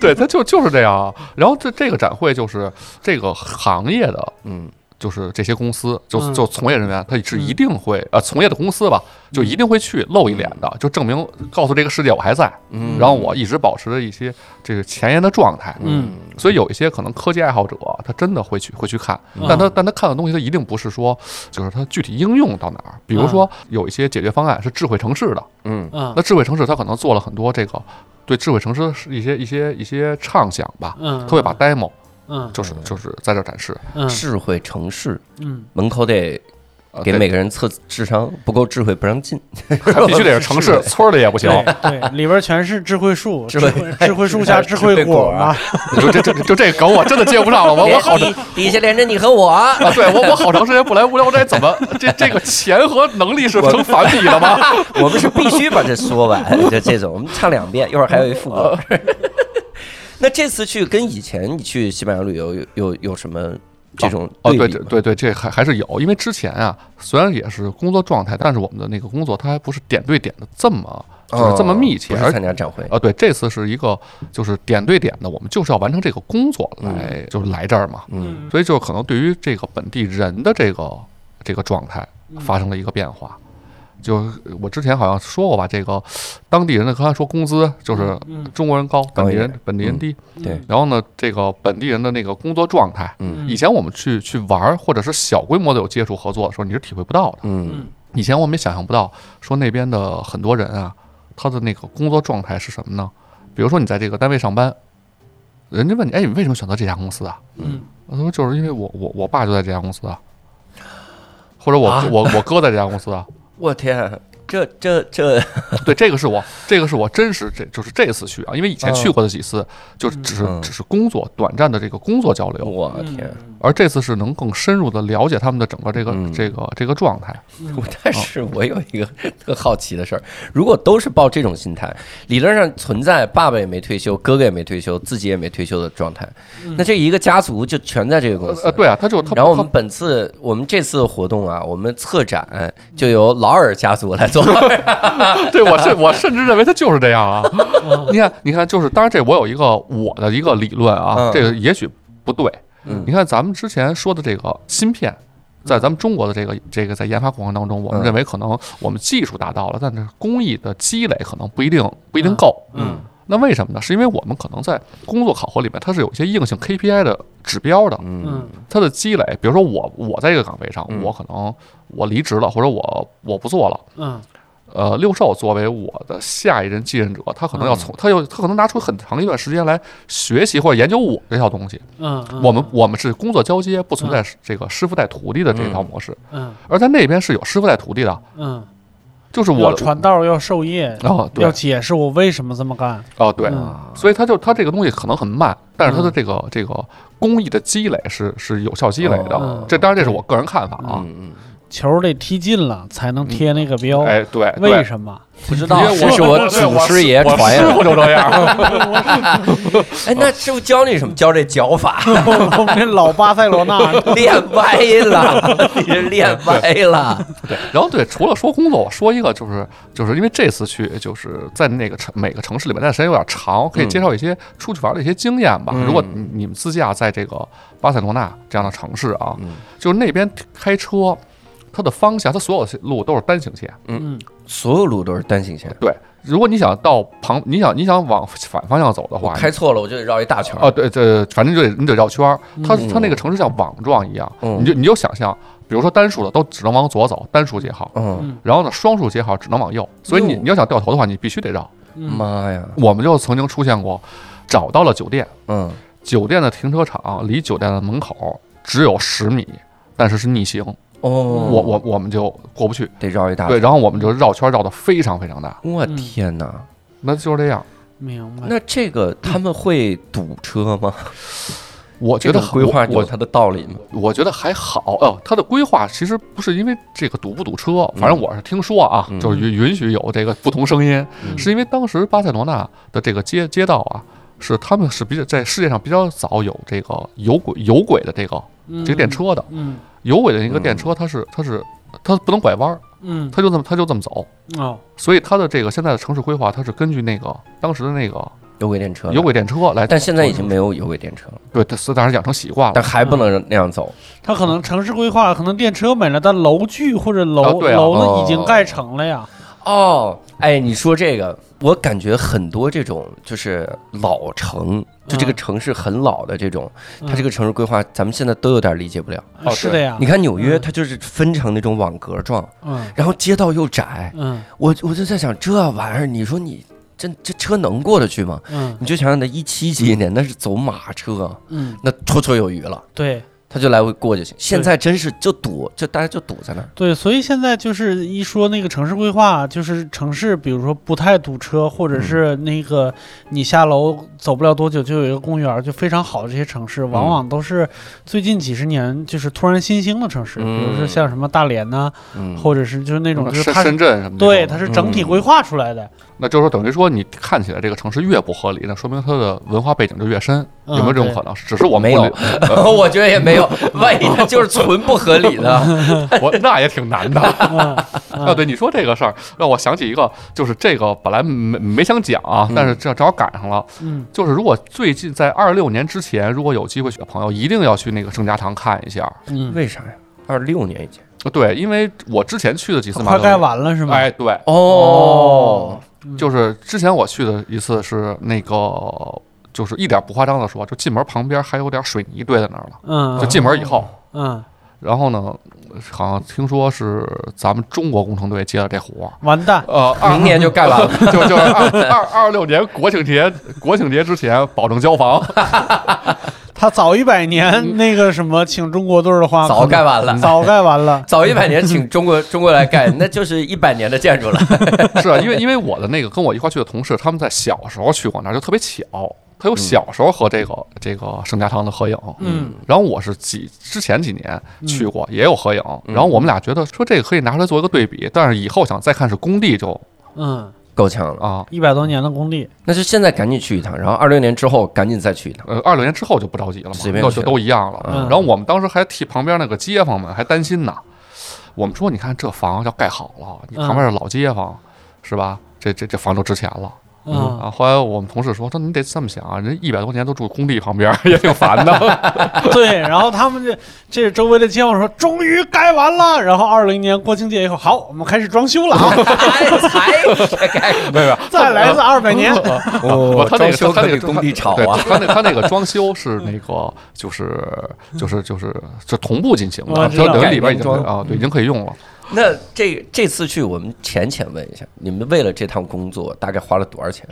Speaker 3: 对，他就就是这样啊。然后这这个展会就是这个行业的，
Speaker 1: 嗯，
Speaker 3: 就是这些公司，就
Speaker 2: 嗯
Speaker 3: 就从业人员，他是
Speaker 2: 嗯
Speaker 3: 一定会呃，从业的公司吧，就一定会去露一脸
Speaker 2: 嗯
Speaker 3: 的，就证明告诉这个世界我还在。
Speaker 1: 嗯
Speaker 3: 然后我一直保持着一些这个前沿的状态，
Speaker 2: 嗯，
Speaker 3: 所以有一些可能科技爱好者，他真的会去会去看，
Speaker 2: 嗯
Speaker 3: 但他但他看的东西，他一定不是说就是他具体应用到哪儿，比如说有一些解决方案是智慧城市的，
Speaker 1: 嗯
Speaker 2: 嗯
Speaker 3: 那智慧城市它可能做了很多这个对智慧城市是一些一些一些畅想吧，
Speaker 2: 嗯，
Speaker 3: 他会把 demo
Speaker 2: 嗯
Speaker 3: 就是就是在这儿展示，
Speaker 2: 嗯
Speaker 1: 智慧城市
Speaker 2: 嗯
Speaker 1: 门口得
Speaker 3: 呃
Speaker 1: 给
Speaker 3: 对
Speaker 1: 每个人测智商，不够智慧不让进，
Speaker 3: 它必须得是城市，村儿里也不行，
Speaker 2: 对，对里边全是智慧树，
Speaker 1: 智
Speaker 2: 智
Speaker 1: 慧
Speaker 2: 智慧树 下
Speaker 1: 智
Speaker 2: 智
Speaker 1: 慧
Speaker 2: 慧
Speaker 1: 果
Speaker 2: 果
Speaker 1: 啊
Speaker 2: 嘛。
Speaker 3: 就这这就这梗我真的接不上了， 我我好
Speaker 1: 底底下连着你和我。
Speaker 3: 啊，对我我好长时间不来无聊斋，怎么这这个钱和能力是成反比了吗？
Speaker 1: 我们是必须把这说完，就这种，我们唱两遍，一会儿还有一副歌。
Speaker 3: 哦
Speaker 1: 那这次去跟以前你去西班牙旅游有有有什么这种
Speaker 3: 哦，
Speaker 1: 比
Speaker 3: 对
Speaker 1: 吗
Speaker 3: 对，对对，这还还是有，因为之前啊，虽然也是工作状态，但是我们的那个工作它还不是点对点的这么就是这么密切，
Speaker 1: 哦不
Speaker 3: 而
Speaker 1: 是参加展会
Speaker 3: 啊，对，这次是一个就是点对点的，我们就是要完成这个工作来就是来这儿嘛，
Speaker 1: 嗯
Speaker 3: 所以就是可能对于这个本地人的这个这个状态发生了一个变化。就我之前好像说过吧，这个当地人的刚才说工资就是
Speaker 2: 嗯
Speaker 3: 中国人高，本地
Speaker 1: 一点
Speaker 3: 人本地人
Speaker 1: 嗯
Speaker 3: 低，
Speaker 1: 对
Speaker 3: 然后呢，这个本地人的那个工作状态，
Speaker 1: 嗯
Speaker 3: 以前我们去去玩儿或者是小规模的有接触合作的时候，你是体会不到的。
Speaker 1: 嗯
Speaker 3: 以前我们也想象不到，说那边的很多人啊，他的那个工作状态是什么呢？比如说你在这个单位上班，人家问你，哎，你为什么选择这家公司啊？
Speaker 2: 嗯
Speaker 3: 他说就是因为我我我爸就在这家公司啊，或者我、
Speaker 1: 啊
Speaker 3: 我我哥在这家公司 啊。
Speaker 1: 我天，这这这，
Speaker 3: 对，这个是我这个是我真实这就是这次去啊，因为以前去过的几次就是只是
Speaker 1: 嗯
Speaker 3: 只是工作短暂的这个工作交流，
Speaker 1: 我
Speaker 2: 嗯
Speaker 1: 天，啊
Speaker 3: 而这次是能更深入的了解他们的整个这个、
Speaker 1: 嗯
Speaker 3: 这个这个状态。
Speaker 1: 我
Speaker 3: 哦
Speaker 1: 但是我有一个 特好奇的事儿，如果都是抱这种心态，理论上存在爸爸也没退休，哥哥也没退休，自己也没退休的状态，那这一个家族就全在这个公
Speaker 3: 嗯呃
Speaker 1: 司
Speaker 3: 呃，。对啊，他就他
Speaker 1: 然后我
Speaker 3: 他
Speaker 1: 们本次我们这次活动啊，我们策展就由劳尔家族来
Speaker 3: 嗯
Speaker 1: 做。
Speaker 3: 对我甚我甚至认为他就是这样啊。你看，你看，就是当然这我有一个我的一个理论啊，
Speaker 1: 嗯
Speaker 3: 这个也许不对。
Speaker 1: 嗯
Speaker 3: 你看咱们之前说的这个芯片。在咱们中国的这个这个在研发过程当中，我
Speaker 1: 嗯
Speaker 3: 们认为可能我们技术达到了，但是工艺的积累可能不一定不一定够。
Speaker 2: 嗯
Speaker 3: 那为什么呢？是因为我们可能在工作考核里面，它是有一些硬性 KPI 的指标的。
Speaker 1: 嗯
Speaker 2: 嗯
Speaker 3: 它的积累，比如说我我在这个岗位上，
Speaker 1: 嗯
Speaker 3: 我可能我离职了，或者我我不做了。
Speaker 2: 嗯
Speaker 3: 呃，六少作为我的下一任继任者，他可能
Speaker 2: 嗯
Speaker 3: 要从、他要他可能拿出很长一段时间来学习或者研究我这套东西。
Speaker 2: 嗯嗯，
Speaker 3: 我们我们是工作交接，不存在这个师傅带徒弟的这套模式，
Speaker 2: 嗯
Speaker 3: 而在那边是有师傅带徒弟的，
Speaker 2: 嗯，
Speaker 3: 就是我
Speaker 2: 要传道要授业，
Speaker 3: 哦对
Speaker 2: 要解释我为什么这么干。
Speaker 3: 哦对，
Speaker 2: 嗯
Speaker 3: 所以他就他这个东西可能很慢，但是他的
Speaker 2: 嗯
Speaker 3: 这个、这个工艺的积累是是有效积累的。
Speaker 2: 哦
Speaker 3: 这当然这是我个人看法啊，
Speaker 1: 嗯，
Speaker 2: 球得踢进了才能贴那个标，
Speaker 3: 哎对对。
Speaker 2: 哦为什么？
Speaker 1: 不知
Speaker 3: 因为
Speaker 1: 这是我祖师爷
Speaker 3: 我
Speaker 1: 传
Speaker 3: 师
Speaker 1: 下
Speaker 3: 傅
Speaker 1: 来。
Speaker 3: 就这样，
Speaker 1: 哎，那师傅教你什么？教这脚法，
Speaker 2: 我 们老巴塞罗那，
Speaker 1: 练歪 了，你这练歪了。
Speaker 3: 对，然后对，除了说工作，我说一个就是就是因为这次去就是在那个城每个城市里面，但时间有点长，可以介绍一些出去玩的一些经验吧。
Speaker 1: 嗯
Speaker 3: 如果你你们自驾在这个巴塞罗那这样的城市啊，
Speaker 1: 嗯
Speaker 3: 就是那边开车它的方向，它所有路都是单行线。
Speaker 2: 嗯
Speaker 1: 所有路都是单行线。
Speaker 3: 如果你想到旁，你想你想往反方向走的
Speaker 1: 我
Speaker 3: 话，
Speaker 1: 开错了，我就得绕一大圈。
Speaker 3: 啊，对，这反正就得你得绕圈儿。它
Speaker 1: 嗯
Speaker 3: 它那个城市像网状一样，
Speaker 1: 嗯
Speaker 3: 你就你就想象，比如说单数的都只能往左走，单数街号，
Speaker 1: 嗯，
Speaker 3: 然后呢双数街号只能往右，所以你
Speaker 1: 哟
Speaker 3: 你要想掉头的话，你必须得绕。
Speaker 2: 嗯
Speaker 1: 妈呀，
Speaker 3: 我们就曾经出现过，找到了酒店，
Speaker 1: 嗯，
Speaker 3: 酒店的停车场离酒店的门口只有十米，但是是逆行，
Speaker 1: 哦，啊
Speaker 3: 我我我们就过不去。
Speaker 1: 得绕一大
Speaker 3: 对，
Speaker 1: 圈。
Speaker 3: 然后我们就绕圈绕得非常非常大，
Speaker 1: 我
Speaker 2: 嗯
Speaker 1: 天哪，
Speaker 3: 那就是这样。
Speaker 2: 明白。
Speaker 1: 那这个他们会堵车吗？
Speaker 3: 我觉
Speaker 1: 嗯这
Speaker 3: 得
Speaker 1: 种规划
Speaker 3: 我
Speaker 1: 有它的道理吗？
Speaker 3: 我觉得还好，呃，它的规划其实不是因为这个堵不堵车，反正我是听说啊，
Speaker 1: 嗯
Speaker 3: 就是允允许有这个不同声音，
Speaker 1: 嗯
Speaker 3: 是因为当时巴塞罗那的这个街街道啊，是他们是比较在世界上比较早有这个有轨有轨的这个
Speaker 2: 嗯
Speaker 3: 这个电，车的，
Speaker 2: 嗯
Speaker 3: 有轨的一个电车，它是它是它不能拐弯儿，
Speaker 2: 嗯
Speaker 3: 它就这么它就这么走，
Speaker 2: 哦，
Speaker 3: 所以它的这个现在的城市规划，它是根据那个当时的那个
Speaker 1: 有轨电车哦了，
Speaker 3: 有轨电车来，
Speaker 1: 但现在已经没有有轨电车了，
Speaker 3: 对，它是当然养成习惯
Speaker 1: 但
Speaker 3: 了。
Speaker 1: 还不能那样走。
Speaker 2: 它可能城市规划，可能电车没了，但楼距或者楼、
Speaker 3: 嗯啊对啊
Speaker 2: 楼子已经
Speaker 1: 哦
Speaker 2: 盖成了呀。
Speaker 1: 哦，哎，你说这个，我感觉很多这种就是老城，就这个
Speaker 2: 嗯
Speaker 1: 城市很老的这种，它这
Speaker 2: 个、
Speaker 1: 个城市规划，咱们现在都有点理解不了。
Speaker 3: 哦
Speaker 2: 是的
Speaker 3: 对
Speaker 2: 呀，
Speaker 1: 你看纽约，
Speaker 2: 嗯
Speaker 1: 它就是分成那种网格状，
Speaker 2: 嗯
Speaker 1: 然后街道又窄，
Speaker 2: 嗯
Speaker 1: 我我就在想这玩意儿，你说你这这车能过得去吗？
Speaker 2: 嗯
Speaker 1: 你就想想那一七几年，那是走马车，
Speaker 2: 嗯，
Speaker 1: 那绰绰有余了，
Speaker 2: 对
Speaker 1: 他就来回过就行。现在真是就堵，就大家就堵在那儿。
Speaker 2: 对，所以现在就是一说那个城市规划，就是城市，比如说不太堵车，或者是那个你下楼走不了多久就有一个公园儿，就非常好的这些城市，往往都是最近几十年就是突然新兴的城市，比如说
Speaker 1: 嗯
Speaker 2: 像什么大连呐、
Speaker 1: 嗯，
Speaker 2: 或者是就是那种就是
Speaker 3: 深
Speaker 2: 它
Speaker 3: 深
Speaker 2: 是
Speaker 3: 圳什么的，
Speaker 2: 对它是整体
Speaker 1: 嗯
Speaker 2: 规划出来的，
Speaker 3: 那就是说，等于说你看起来这个城市越不合理，那说明它的文化背景就越深，有没有这种
Speaker 2: 嗯
Speaker 3: 可能？只是我们
Speaker 1: 没有
Speaker 3: 不理，
Speaker 1: 我觉得也没有，万一他就是纯不合理的，
Speaker 3: 我那也挺难的。
Speaker 2: 嗯
Speaker 3: 啊， 对，你说这个事儿让我想起一个，就是这个本来没没想讲啊，但是正正好赶上了。
Speaker 2: 嗯
Speaker 3: 就是如果最近在二六年之前，如果有机会去的朋友，一定要去那个圣家堂看一下。
Speaker 2: 嗯，
Speaker 1: 为啥呀？二六年以前。
Speaker 3: 对，因为我之前去的几次马
Speaker 2: 快
Speaker 3: 德
Speaker 2: 盖
Speaker 3: 里，
Speaker 2: 完了是吗？
Speaker 3: 哎，对，
Speaker 1: 哦，
Speaker 3: 就是之前我去的一次是那个，就是一点不夸张的说，就进门旁边还有点水泥堆在那儿了，
Speaker 2: 嗯，
Speaker 3: 就进门以后。
Speaker 2: 嗯，
Speaker 3: 然后呢，好像听说是咱们中国工程队接了这活儿，
Speaker 2: 完蛋，
Speaker 3: 呃，二
Speaker 1: 明年就盖完了。
Speaker 3: 就就是二二二六年国庆节，国庆节之前保证交房，
Speaker 2: 他早一百年那个什么，请中国队儿的话，
Speaker 1: 早盖完了。
Speaker 2: 早盖完了
Speaker 1: 早一百年请中国中国来盖，那就是一百年的建筑了。
Speaker 3: 是啊，因为因为我的那个跟我一块去的同事，他们在小时候去过那儿，就特别巧，他有小时候和这个这个盛家堂的合影，
Speaker 2: 嗯，
Speaker 3: 然后我是几之前几年去过，也有合影，然后我们俩觉得说这个可以拿出来做一个对比，但是以后想再看是工地就
Speaker 2: 嗯，
Speaker 1: 够呛了，
Speaker 3: 啊，
Speaker 2: 一百多年的功力，
Speaker 1: 那就现在赶紧去一趟，然后二六年之后赶紧再去一趟。
Speaker 3: 呃，二六年之后就不着急了嘛，
Speaker 1: 随便
Speaker 3: 那
Speaker 1: 去
Speaker 3: 就都一样了。
Speaker 2: 嗯
Speaker 3: 然后我们当时还替旁边那个街坊们还担心呢，我们说你看这房要盖好了，你
Speaker 2: 嗯
Speaker 3: 旁边是老街坊，是吧？这这这房都值钱了
Speaker 2: 嗯，
Speaker 3: 啊！后来我们同事说，说你得这么想啊，人一百多年都住工地旁边，也挺烦 的。
Speaker 2: 对。然后他们这这周围的街坊说，终于盖完了。然后二零年国庆节以后，好，我们开始装修了啊，
Speaker 1: 才才盖什么？
Speaker 3: 没有，
Speaker 2: 再来自二百年。
Speaker 3: 嗯不，哦他那
Speaker 1: 哦装
Speaker 3: 个
Speaker 1: 修
Speaker 3: 他
Speaker 1: 可
Speaker 3: 那
Speaker 1: 得
Speaker 3: 个
Speaker 1: 工地吵
Speaker 3: 对
Speaker 1: 啊！
Speaker 3: 他那他那个装修是那个就是就是就是就同步进行
Speaker 2: 我
Speaker 3: 的，
Speaker 2: 知
Speaker 3: 就
Speaker 2: 道
Speaker 3: 等于里边已
Speaker 1: 哦改
Speaker 3: 经
Speaker 1: 装嗯
Speaker 3: 啊对已经可以用了。
Speaker 1: 那这这次去，我们浅浅问一下，你们为了这趟工作大概花了多少钱？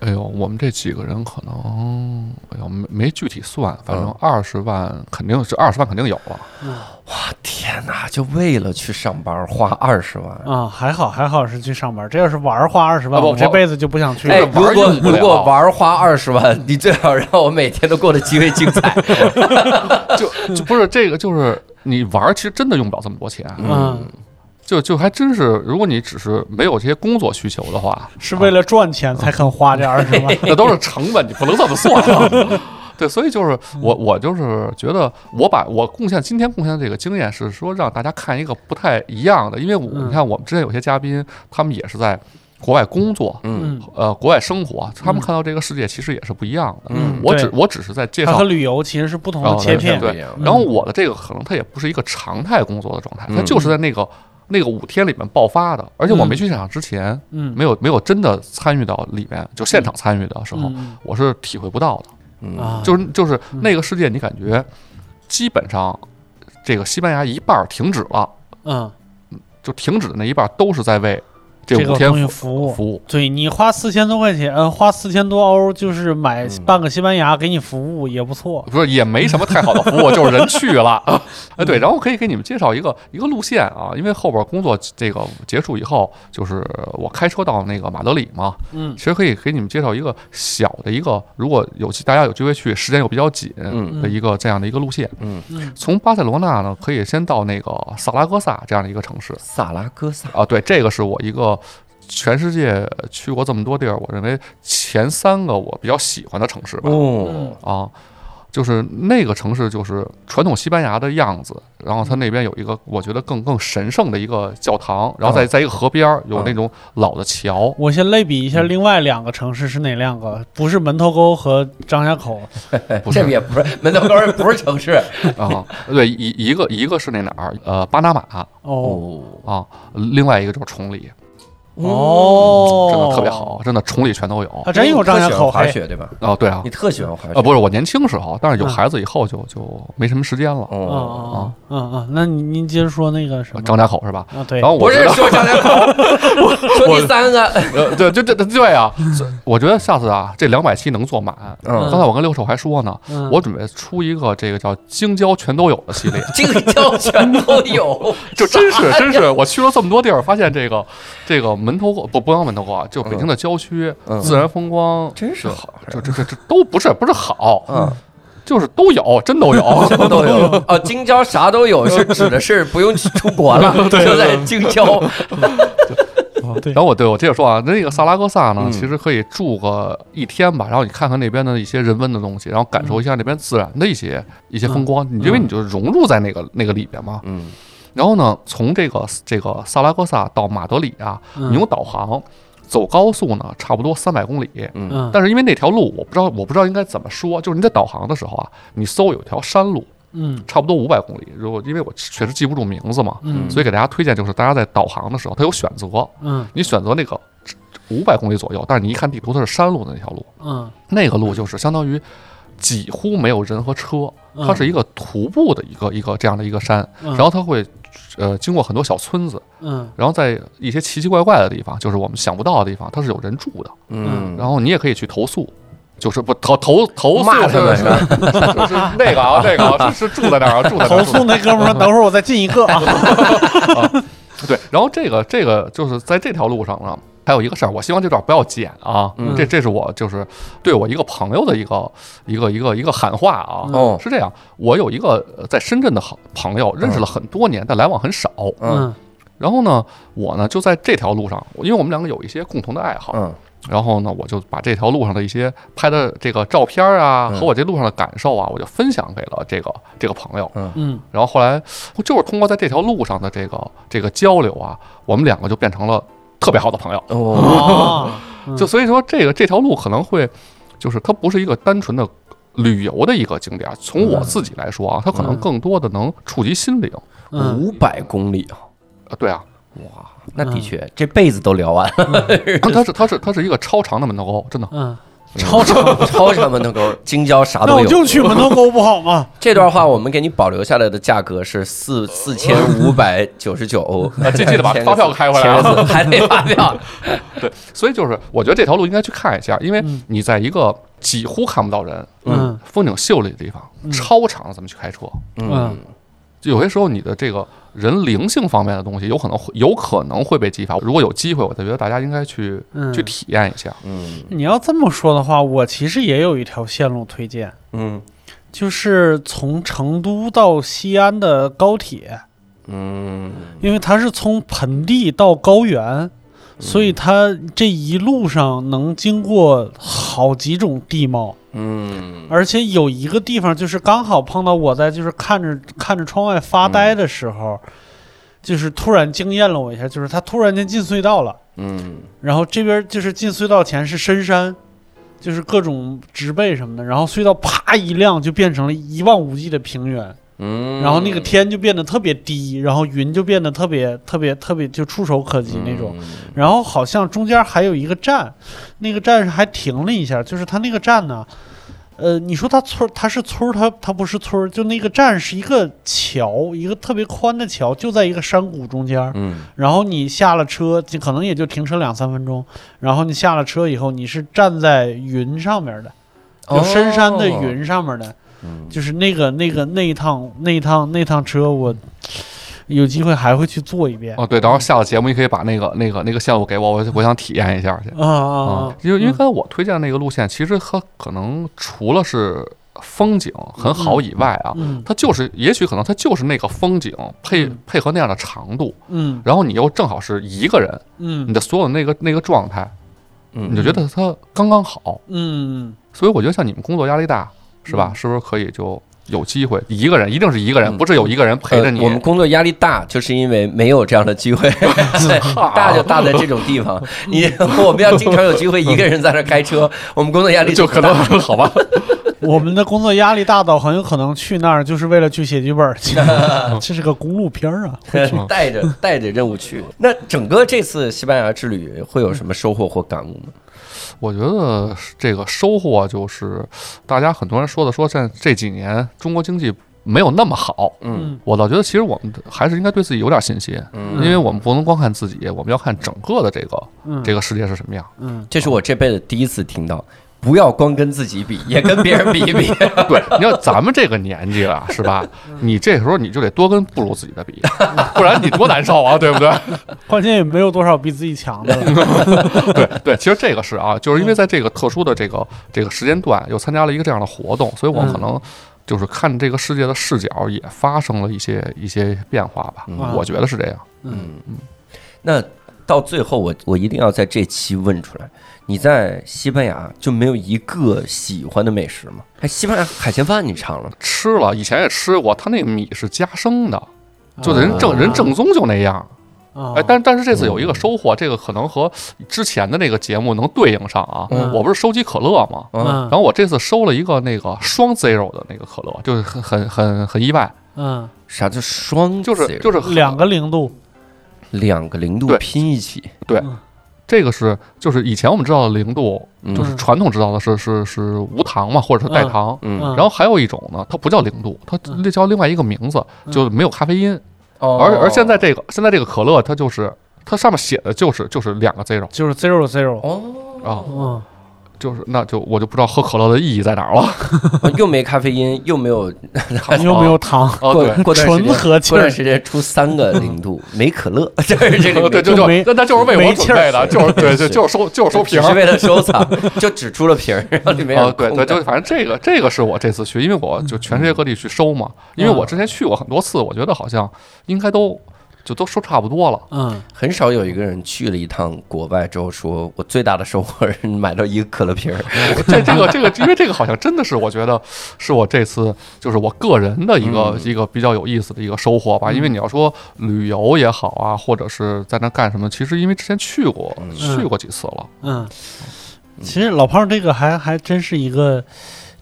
Speaker 3: 哎呦，我们这几个人可能，哎呦，没没具体算，反正
Speaker 1: 嗯
Speaker 3: 二十万肯定是二十万肯定有了。
Speaker 1: 哇天哪！就为了去上班花二十万。
Speaker 2: 啊，还好还好是去上班，这要是玩儿花二十
Speaker 3: 啊
Speaker 2: 万，
Speaker 3: 不
Speaker 2: 我这
Speaker 3: 我
Speaker 2: 辈子就不想去
Speaker 3: 这
Speaker 1: 哎，
Speaker 2: 了。嗯
Speaker 3: 个玩
Speaker 1: 如
Speaker 3: 儿
Speaker 1: 果
Speaker 3: 用不
Speaker 1: 如
Speaker 3: 了
Speaker 1: 果玩儿花二十万，你最好让我每天都过得极为精彩。
Speaker 3: 就就不是这个，就是你玩儿，其实真的用不了这么多钱，
Speaker 2: 嗯，
Speaker 3: 就就还真是，如果你只是没有这些工作需求 的话，
Speaker 2: 是为了赚钱才肯花这二十万。
Speaker 3: 那都是成本，你不能这么 算。啊对，所以就是
Speaker 2: 嗯
Speaker 3: 我，我就是觉得，我把我贡献今天贡献的这个经验是说，让大家看一个不太一样的，因为我
Speaker 2: 嗯
Speaker 3: 你看我们之前有些嘉宾，他们也是在国外工作，
Speaker 1: 嗯
Speaker 2: 嗯
Speaker 3: 呃，国外生活，他
Speaker 2: 嗯
Speaker 3: 们看到这个世界其实也是不一样的。
Speaker 1: 嗯哦
Speaker 3: 我只
Speaker 2: 对
Speaker 3: 我只是在介
Speaker 2: 它
Speaker 3: 绍
Speaker 2: 和旅游其实是不同的
Speaker 3: 哦
Speaker 2: 切片，
Speaker 3: 对
Speaker 1: 不一样
Speaker 2: 嗯
Speaker 3: 然后我的这个可能它也不是一个常态工作的状态，它
Speaker 1: 嗯
Speaker 3: 就是在那个那个五天里面爆发的。而且我
Speaker 2: 嗯
Speaker 3: 没去现场之前，
Speaker 2: 嗯，
Speaker 3: 没有没有真的参与到里面，就现场参与的时候，
Speaker 2: 嗯
Speaker 3: 我是体会不到的。
Speaker 1: 嗯
Speaker 2: 啊，
Speaker 3: 就是就是那个世界，你感觉基本上这个西班牙一半儿停止了，
Speaker 2: 嗯，
Speaker 3: 就停止的那一半儿都是在为这
Speaker 2: 这
Speaker 3: 五
Speaker 2: 个
Speaker 3: 天
Speaker 2: 东西服务。
Speaker 3: 服务。
Speaker 2: 对你花四千多块钱，呃，花四千多欧就是买
Speaker 1: 嗯
Speaker 2: 半个西班牙给你服务也不错。
Speaker 3: 不是也没什么太好的服务，就是人去了 啊。哎，对，然后我可以给你们介绍一个一个路线啊，因为后边工作这个结束以后，就是我开车到那个马德里嘛，
Speaker 2: 嗯
Speaker 3: 其实可以给你们介绍一个小的一个，如果有大家有机会去，时间又比较紧
Speaker 1: 嗯
Speaker 3: 的一个这样的一个路线。
Speaker 1: 嗯，
Speaker 2: 嗯
Speaker 3: 从巴塞罗那呢，可以先到那个萨拉戈萨这样的一个城市
Speaker 1: 萨拉戈萨，
Speaker 3: 啊，对，这个是我一个。全世界去过这么多地儿，我认为前三个我比较喜欢的城市吧。
Speaker 2: 嗯
Speaker 1: 哦，
Speaker 3: 啊，就是那个城市就是传统西班牙的样子，然后它
Speaker 1: 嗯
Speaker 3: 那边有一个我觉得更更神圣的一个教堂，然后在
Speaker 1: 嗯
Speaker 3: 在一个河边儿有
Speaker 1: 嗯
Speaker 3: 那种老的桥。
Speaker 2: 我先类比一下另外两个城市是哪两个？不是门头沟和张家口。
Speaker 3: 不
Speaker 1: 哎这
Speaker 3: 是
Speaker 1: 个也不是门头沟儿不是城市
Speaker 3: 啊，对，一一个一个是那哪儿，呃，巴拿马
Speaker 2: 哦
Speaker 1: 哦
Speaker 3: 啊，另外一个就是崇礼，嗯
Speaker 2: 哦，
Speaker 3: 真的特别好，真的崇礼全都
Speaker 1: 哦
Speaker 3: 有
Speaker 2: 啊，。真有张家
Speaker 1: 特喜
Speaker 2: 口
Speaker 1: 欢滑
Speaker 2: 嘿。
Speaker 1: 雪对吧？
Speaker 3: 哦，对啊
Speaker 1: 嗯你，特喜欢滑雪
Speaker 3: 啊，不是我年轻时候，但是有
Speaker 2: 嗯
Speaker 3: 孩子以后就就没什么时间了。
Speaker 2: 嗯
Speaker 1: 哦，
Speaker 2: 嗯嗯嗯，那您您接着说那个什么
Speaker 3: 张家口是吧？
Speaker 2: 啊？对
Speaker 3: 然，后我
Speaker 1: 不
Speaker 3: 觉
Speaker 1: 是
Speaker 3: 得
Speaker 1: 说张家口，说第三个，
Speaker 3: 呃，对，对对对对啊！所以我觉得下次啊，这两百期能做满。
Speaker 1: 嗯
Speaker 3: 刚才我跟六兽还说呢，
Speaker 2: 嗯
Speaker 3: 我准备出一个这个叫“京郊全都有”的 系列，
Speaker 1: 这个叫全都有，
Speaker 3: 就真 是
Speaker 1: 哎
Speaker 3: 真是，我去了这么多地儿，发现这个这个门头沟不不光门头沟啊，就北京的郊区
Speaker 1: 嗯
Speaker 3: 自然风光，
Speaker 1: 真是好，
Speaker 3: 就这这这都不是不是好，
Speaker 1: 嗯，
Speaker 3: 就是都有，真都有。
Speaker 1: 什么都有哦，京郊啥都有，是指的是不用出国了，就在京郊。
Speaker 2: 对
Speaker 3: 然，后我对我接着说啊，那个萨拉戈萨呢，
Speaker 1: 嗯
Speaker 3: 其实可以住个一天吧，然后你看看那边的一些人文的东西，然后感受一下那边自然的一些一些风光，你因为你就融入在那个那个里边嘛。
Speaker 1: 嗯
Speaker 3: 然后呢，从这个这个萨拉戈萨到马德里啊，
Speaker 2: 嗯
Speaker 3: 你用导航走高速呢，差不多三百公里。
Speaker 1: 嗯
Speaker 2: 嗯
Speaker 3: 但是因为那条路我不知道，我不知道应该怎么说，就是你在导航的时候啊，你搜有条山路，
Speaker 2: 嗯
Speaker 3: 差不多五百公里。如果因为我确实记不住名字嘛，
Speaker 2: 嗯
Speaker 3: 所以给大家推荐就是大家在导航的时候，它有选择，
Speaker 2: 嗯
Speaker 3: 你选择那个五百公里左右，但是你一看地图，它是山路的那条路，
Speaker 2: 嗯
Speaker 3: 那个路就是相当于几乎没有人和车，
Speaker 2: 嗯
Speaker 3: 它是一个徒步的一个一个这样的一个山，
Speaker 2: 嗯
Speaker 3: 然后它会呃经过很多小村子，
Speaker 2: 嗯
Speaker 3: 然后在一些奇奇怪怪的地方，就是我们想不到的地方，它是有人住的。
Speaker 1: 嗯，
Speaker 3: 然后你也可以去投诉，就是不投投投诉
Speaker 1: 骂他们
Speaker 3: 是是就是那个啊，那个啊，是是住在那儿啊，住在那
Speaker 2: 投
Speaker 3: 儿。住在
Speaker 2: 诉那哥们儿说，等会儿我再进一个啊。
Speaker 3: 那儿 对，然后这个这个就是在这条路上呢，还有一个事儿，我希望这段不要剪啊，
Speaker 1: 嗯
Speaker 3: 这这是我就是对我一个朋友的一个一个一个一个喊话啊。
Speaker 1: 哦
Speaker 3: 是这样，我有一个呃在深圳的好朋友，认识了很多年，但来往很少。
Speaker 1: 嗯
Speaker 2: 嗯
Speaker 3: 然后呢，我呢就在这条路上，因为我们两个有一些共同的爱好，
Speaker 1: 嗯
Speaker 3: 然后呢，我就把这条路上的一些拍的这个照片啊，
Speaker 1: 嗯
Speaker 3: 和我这路上的感受啊，我就分享给了这个这个朋友。
Speaker 2: 嗯
Speaker 3: 然后后来就是通过在这条路上的这个这个交流啊，我们两个就变成了特别好的朋友。
Speaker 1: 哦
Speaker 2: 哦，嗯
Speaker 3: 就所以说，这个这条路可能会，就是它不是一个单纯的旅游的一个景点。从我自己来说啊，它可能
Speaker 2: 嗯
Speaker 3: 更多的能触及心灵。
Speaker 2: 嗯
Speaker 1: 五百公里啊，
Speaker 3: 呃对啊，
Speaker 1: 哇，那的确这辈子都聊完，
Speaker 3: 它它是它是它是一个超长的门头沟，真的。
Speaker 2: 嗯，超长。
Speaker 1: 超长门头沟，京郊啥啊
Speaker 2: 那
Speaker 1: 都
Speaker 2: 我就
Speaker 1: 有。
Speaker 2: 去门头沟不好吗？
Speaker 1: 这段话我们给你保留下来的价格是四四千五百九十九欧，
Speaker 3: 记记 得把
Speaker 1: 签个
Speaker 3: 发票
Speaker 1: 字
Speaker 3: 开回来
Speaker 1: 签个
Speaker 3: 啊
Speaker 1: 字还得发票。
Speaker 3: 所以就是，我觉得这条路应该去看一下，因为
Speaker 2: 嗯
Speaker 3: 你在一个几乎看不到人、
Speaker 2: 嗯
Speaker 3: 风景秀丽的地方，
Speaker 2: 嗯
Speaker 3: 超长咱们去开车，
Speaker 2: 嗯
Speaker 3: 就有些时候你的这个人灵性方面的东西，有可能会有可能会被激发。如果有机会，我就觉得大家应该去、
Speaker 2: 嗯
Speaker 3: 去体验一下。
Speaker 1: 嗯
Speaker 2: 你要这么说的话，我其实也有一条线路推荐，
Speaker 1: 嗯
Speaker 2: 就是从成都到西安的高铁，
Speaker 1: 嗯
Speaker 2: 因为它是从盆地到高原，所以它这一路上能经过好几种地貌。
Speaker 1: 嗯，
Speaker 2: 而且有一个地方，就是刚好碰到我在就是看着看着窗外发呆的时候，就是突然惊艳了我一下，就是它突然间进隧道了，
Speaker 1: 嗯
Speaker 2: 然后这边就是进隧道前是深山，就是各种植被什么的，然后隧道啪一亮就变成了一望无际的平原，
Speaker 1: 嗯，
Speaker 2: 然后那个天就变得特别低，然后云就变得特别特别特别就触手可及那种。然后好像中间还有一个站，那个站还停了一下，就是它那个站呢，呃，你说它村儿，它是村儿，它它不是村儿，就那个站是一个桥，一个特别宽的桥，就在一个山谷中间儿。
Speaker 1: 嗯，
Speaker 2: 然后你下了车，就可能也就停车两三分钟。然后你下了车以后，你是站在云上面的，有深山的
Speaker 1: 哦
Speaker 2: 云上面的，
Speaker 1: 嗯，
Speaker 2: 就是那个那个那一趟那一趟那趟车，我有机会还会去坐一遍。
Speaker 3: 哦，对，然后下了节目，你可以把那个那个那个线路给我，我我想体验一下去
Speaker 2: 啊啊
Speaker 3: 啊
Speaker 2: 啊！！
Speaker 3: 因为因为
Speaker 2: 嗯
Speaker 3: 刚才我推荐的那个路线，其实它可能除了是风景很好以外啊，
Speaker 2: 嗯
Speaker 3: 它就是也许可能它就是那个风景配
Speaker 2: 嗯
Speaker 3: 配合那样的长度，
Speaker 2: 嗯
Speaker 3: 然后你又正好是一个人，你
Speaker 2: 嗯
Speaker 3: 的所有的那个那个状态，
Speaker 1: 嗯
Speaker 3: 你就觉得它刚刚好。
Speaker 2: 嗯，
Speaker 3: 所以我觉得像你们工作压力大，是吧？
Speaker 2: 嗯
Speaker 3: 是不是可以就有机会一个人，一定是一个人，
Speaker 1: 嗯
Speaker 3: 不是有一个人陪着
Speaker 1: 呃
Speaker 3: 你。
Speaker 1: 我们工作压力大，就是因为没有这样的机 会，对大就大在这种地 方。你我们要经常有机会一个人在那儿开 车，我们工作压力
Speaker 3: 就
Speaker 1: 可
Speaker 3: 可
Speaker 1: 能
Speaker 3: 能 好吧，
Speaker 2: 我们的工作压力大到很有可能去那儿就是为了去写剧本儿去， 这是个公路片儿啊。
Speaker 1: 带着带着任务去。那整个这次西班牙之旅会有什么收获或感悟吗？
Speaker 3: 我觉得这个收获就是，大家很多人说的说，现在这几年中国经济没有那么好。
Speaker 1: 嗯
Speaker 3: 我倒觉得，其实我们还是应该对自己有点信心，
Speaker 1: 嗯
Speaker 3: 因为我们不能光看自己，我们要看整个的这个
Speaker 2: 嗯
Speaker 3: 这个世界是什么样。
Speaker 2: 嗯
Speaker 1: 这是我这辈子第一次听到。不要光跟自己比，也跟别人比一比。
Speaker 3: 对，你要咱们这个年纪了，是 吧？你这时候你就得多跟不如自己的比，不然你多难受啊，对不对？
Speaker 2: 关键也没有多少比自己强的
Speaker 3: 嗯
Speaker 2: 了。
Speaker 3: 对 对，其实这个是啊，就是因
Speaker 2: 嗯
Speaker 3: 为在这个特殊的这个这个时间段，又参加了一个这样的活动，所以我
Speaker 2: 嗯
Speaker 3: 可能就是看这个世界的视角也发生了一些一些变化吧。
Speaker 2: 嗯
Speaker 3: 我觉得是这样。
Speaker 1: 嗯，嗯，那到最后我，我一定要在这期问出来，你在西班牙就没有一个喜欢的美食吗？哎，西班牙海鲜饭你尝了吗？
Speaker 3: 吃了，以前也吃过，他那米是加生的，就
Speaker 2: 啊
Speaker 3: 人正人正宗就那样。
Speaker 2: 啊
Speaker 3: 哎，但但是这次有一个收获，这个可能和之前的那个节目能对应上啊。
Speaker 2: 嗯
Speaker 3: 我不是收集可乐吗？
Speaker 1: 啊，
Speaker 3: 然后我这次收了一个那个双 zero 的那个可乐，就是很很很很意外，
Speaker 2: 嗯
Speaker 1: 啥叫双
Speaker 3: 就是就是是
Speaker 2: 嗯两个零度，
Speaker 1: 两个零度
Speaker 3: 对
Speaker 1: 拼一起，
Speaker 3: 这个是就是以前我们知道的零度，
Speaker 1: 嗯
Speaker 3: 就是传统知道的是是是无糖嘛，或者是代糖。
Speaker 1: 嗯
Speaker 2: 嗯
Speaker 3: 然后还有一种呢，它不叫零度，它
Speaker 2: 嗯
Speaker 3: 那叫另外一个名字，
Speaker 2: 嗯
Speaker 3: 就是没有咖啡因。
Speaker 1: 哦
Speaker 3: 而而现在这个现在这个可乐，它就是它上面写的就是就是两个 zero
Speaker 2: 就是 zero zero。
Speaker 1: 哦
Speaker 3: 啊，
Speaker 2: 嗯
Speaker 3: 就是那就我就不知道喝可乐的意义在哪儿了。
Speaker 1: 哦又没咖啡因，又没 有
Speaker 2: 又没有糖，
Speaker 3: 哦，
Speaker 1: 过
Speaker 3: 对。
Speaker 1: 过段时
Speaker 2: 纯
Speaker 1: 间。
Speaker 2: 和气
Speaker 1: 过段
Speaker 2: 儿。
Speaker 1: 时间出三个零度，没可乐，这是这个
Speaker 3: 对，
Speaker 1: 没
Speaker 3: 就
Speaker 2: 就
Speaker 3: 就
Speaker 2: 没
Speaker 3: 那那就是为
Speaker 2: 没
Speaker 3: 我
Speaker 2: 气
Speaker 3: 准
Speaker 2: 儿
Speaker 3: 备的，就是对
Speaker 1: 是
Speaker 3: 对，就是收就是收瓶
Speaker 1: 只
Speaker 3: 儿
Speaker 1: 是，为了收藏， 就只出了瓶儿，然后里面有
Speaker 3: 哦，对
Speaker 1: 空
Speaker 3: 对，
Speaker 1: 的
Speaker 3: 就是反正这个这个是我这次去，因为我就全世界各地去收嘛，因为我之前去过很多次，我觉得好像应该都就都收差不多了。
Speaker 2: 嗯，
Speaker 1: 很少有一个人去了一趟国外之后说，我最大的收获是买到一个可乐瓶儿。
Speaker 3: 这这个这个，因为这个好像真的是我觉得是我这次就是我个人的一个
Speaker 1: 嗯
Speaker 3: 一个比较有意思的一个收获吧。因为你要说旅游也好啊，或者是在那干什么，其实因为之前去过
Speaker 1: 嗯
Speaker 3: 去过几次了，
Speaker 2: 嗯，其实老胖这个还还真是一个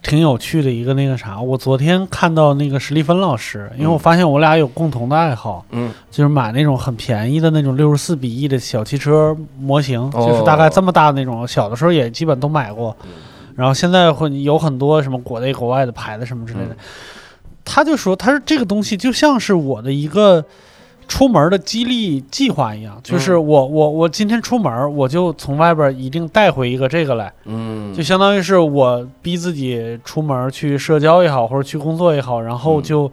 Speaker 2: 挺有趣的一个那个啥。我昨天看到那个史蒂芬老师，因为我发现我俩有共同的爱好，
Speaker 1: 嗯，
Speaker 2: 就是买那种很便宜的那种六十四比一的小汽车模型，
Speaker 1: 哦嗯
Speaker 2: 就是大概这么大的那种，小的时候也基本都买过。然后现在会有很多什么国内国外的牌子什么之类
Speaker 1: 嗯
Speaker 2: 的，他就说，他说这个东西就像是我的一个出门的激励计划一样，
Speaker 1: 嗯
Speaker 2: 就是我我我今天出门，我就从外边一定带回一个这个来，
Speaker 1: 嗯
Speaker 2: 就相当于是我逼自己出门去社交也好，或者去工作也好，然后
Speaker 1: 嗯
Speaker 2: 就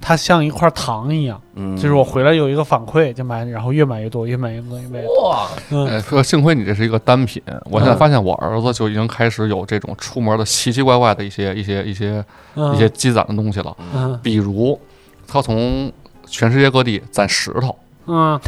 Speaker 2: 它像一块糖一样，就是我回来有一个反馈就买，然后越买越多，越买越多，越买越多。
Speaker 1: 哇，
Speaker 2: 嗯
Speaker 3: 哎，说幸亏你这是一个单品，我现在发现我儿子就已经开始有这种出门的奇奇怪怪的一些一些一些
Speaker 2: 嗯
Speaker 3: 一些积攒的东西了。
Speaker 2: 嗯
Speaker 3: 比如他从全世界各地攒石头，
Speaker 2: 嗯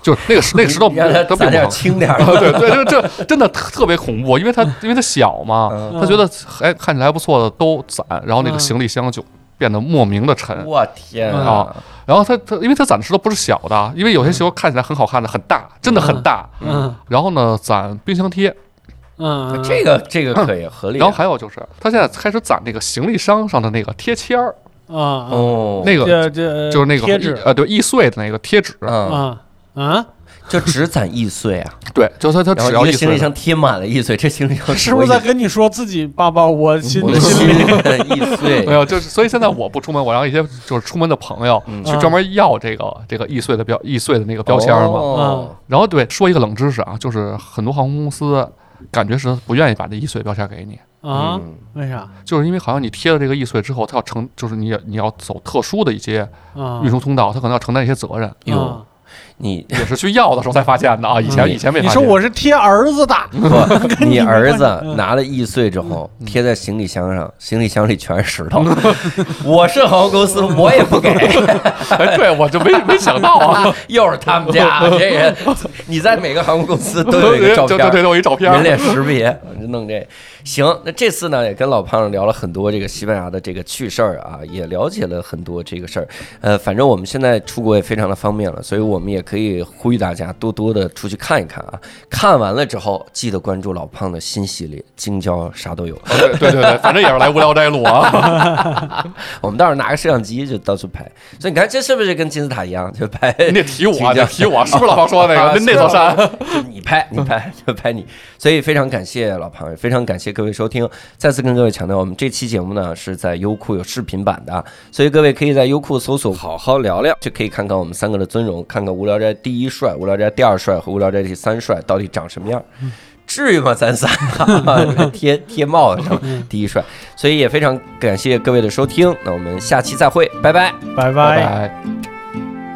Speaker 3: 就是那个石那个石 头
Speaker 1: 你让他
Speaker 3: 它并
Speaker 1: 攒
Speaker 3: 不
Speaker 1: 点
Speaker 3: 好。哦
Speaker 1: 轻点儿。
Speaker 3: 对对，这这真的特特别恐怖，因为他因为他小嘛，
Speaker 1: 嗯
Speaker 3: 他觉得还看起来还不错的都攒，然后那个
Speaker 2: 嗯
Speaker 3: 行李箱就变得莫名的沉。
Speaker 1: 我天啊！
Speaker 3: 然后它它，因为它攒石头不是小的，啊因为
Speaker 1: 嗯
Speaker 3: 有些石头看起来很好看的，很大，真的很大。
Speaker 2: 嗯
Speaker 3: 然后呢，攒冰箱贴，
Speaker 2: 嗯，
Speaker 1: 这个这个可以合理啊。
Speaker 3: 然后还有就是，他现在开始攒那个行李箱上的那个贴签儿，
Speaker 2: 啊，
Speaker 1: 哦，
Speaker 3: 那个
Speaker 2: 这这
Speaker 3: 就是那个
Speaker 2: 贴
Speaker 3: 一
Speaker 2: 纸
Speaker 3: 呃，对，易碎的那个贴纸，
Speaker 1: 嗯，
Speaker 2: 啊啊，
Speaker 1: 就只攒易碎啊，
Speaker 3: 对，就他他只
Speaker 1: 然
Speaker 3: 要
Speaker 1: 后一
Speaker 3: 易
Speaker 1: 个行
Speaker 3: 碎
Speaker 1: 李
Speaker 3: 的，
Speaker 1: 箱贴满了易碎，这行李箱
Speaker 2: 是不
Speaker 1: 多
Speaker 2: 是在跟你说自己爸爸我心
Speaker 1: 易
Speaker 2: 里
Speaker 1: 碎
Speaker 2: 心里
Speaker 1: 我的心里易 碎？
Speaker 3: 没有，就是所以现在我不出门，我让一些就是出门的朋友
Speaker 1: 嗯
Speaker 3: 去专门要这个这个易碎的标易碎的那个标签儿嘛。
Speaker 1: 哦
Speaker 3: 然后对，说一个冷知识啊，就是很多航空公司感觉是不愿意把这易碎标签给你，
Speaker 2: 啊？
Speaker 1: 嗯
Speaker 2: 为啥
Speaker 3: 就是因为好像你贴了这个易碎之后，它要承，就是你你要走特殊的一些
Speaker 2: 啊？
Speaker 3: 运输通道，它可能要承担一些责任，
Speaker 1: 哟
Speaker 2: 啊
Speaker 1: 你
Speaker 3: 也是去要的时候才发现的啊，以前
Speaker 1: 嗯
Speaker 3: 以前没
Speaker 2: 你
Speaker 3: 发
Speaker 2: 说
Speaker 3: 现。
Speaker 2: 我是贴儿子的，
Speaker 1: 不，你儿子
Speaker 2: 嗯
Speaker 1: 拿了易碎之后
Speaker 3: 嗯
Speaker 1: 贴在行李箱上，行李箱里全是石头。 我是航空公司，我也 不给，
Speaker 3: 哎，对我就没没想到啊，
Speaker 1: 又是他们家这 人。你在每个航空公司 都有一个照
Speaker 3: 对
Speaker 1: 片，
Speaker 3: 对对，我一照片，
Speaker 1: 人脸识 别，就弄这。行，那这次呢也跟老胖聊了很多这个西班牙的这个趣事儿啊，也了解了很多这个事儿。呃，反正我们现在出国也非常的方便了，所以我们也可以呼吁大家多多的出去看一看啊。看完了之后，记得关注老胖的新系列《京郊啥都有》，
Speaker 3: 对对对对，反正也是来无聊斋录 啊。
Speaker 1: 我们到时候拿个摄像机就到处拍。所以你看，这是不是跟金字塔一样，就拍
Speaker 3: 你得 提我
Speaker 1: 请
Speaker 3: 啊，你
Speaker 1: 教
Speaker 3: 得提我，是不是老王说的那
Speaker 1: 啊
Speaker 3: 个那那座山？
Speaker 1: 就你拍，你拍，就拍你。所以非常感谢老庞，也非常感谢各位收听。再次跟各位强调，我们这期节目呢是在优酷有视频版的啊，所以各位可以在优酷搜索“好好聊聊”，就可以看看我们三个的尊容，看看《无聊斋》第一帅、《无聊斋》第二帅和《无聊斋》第三帅到底长什么样。至于吗？咱仨 贴贴帽子上第一帅，所以也非常感谢各位的收听。那我们下期再会，拜拜。
Speaker 2: 拜
Speaker 3: 拜
Speaker 2: 拜。
Speaker 3: 拜。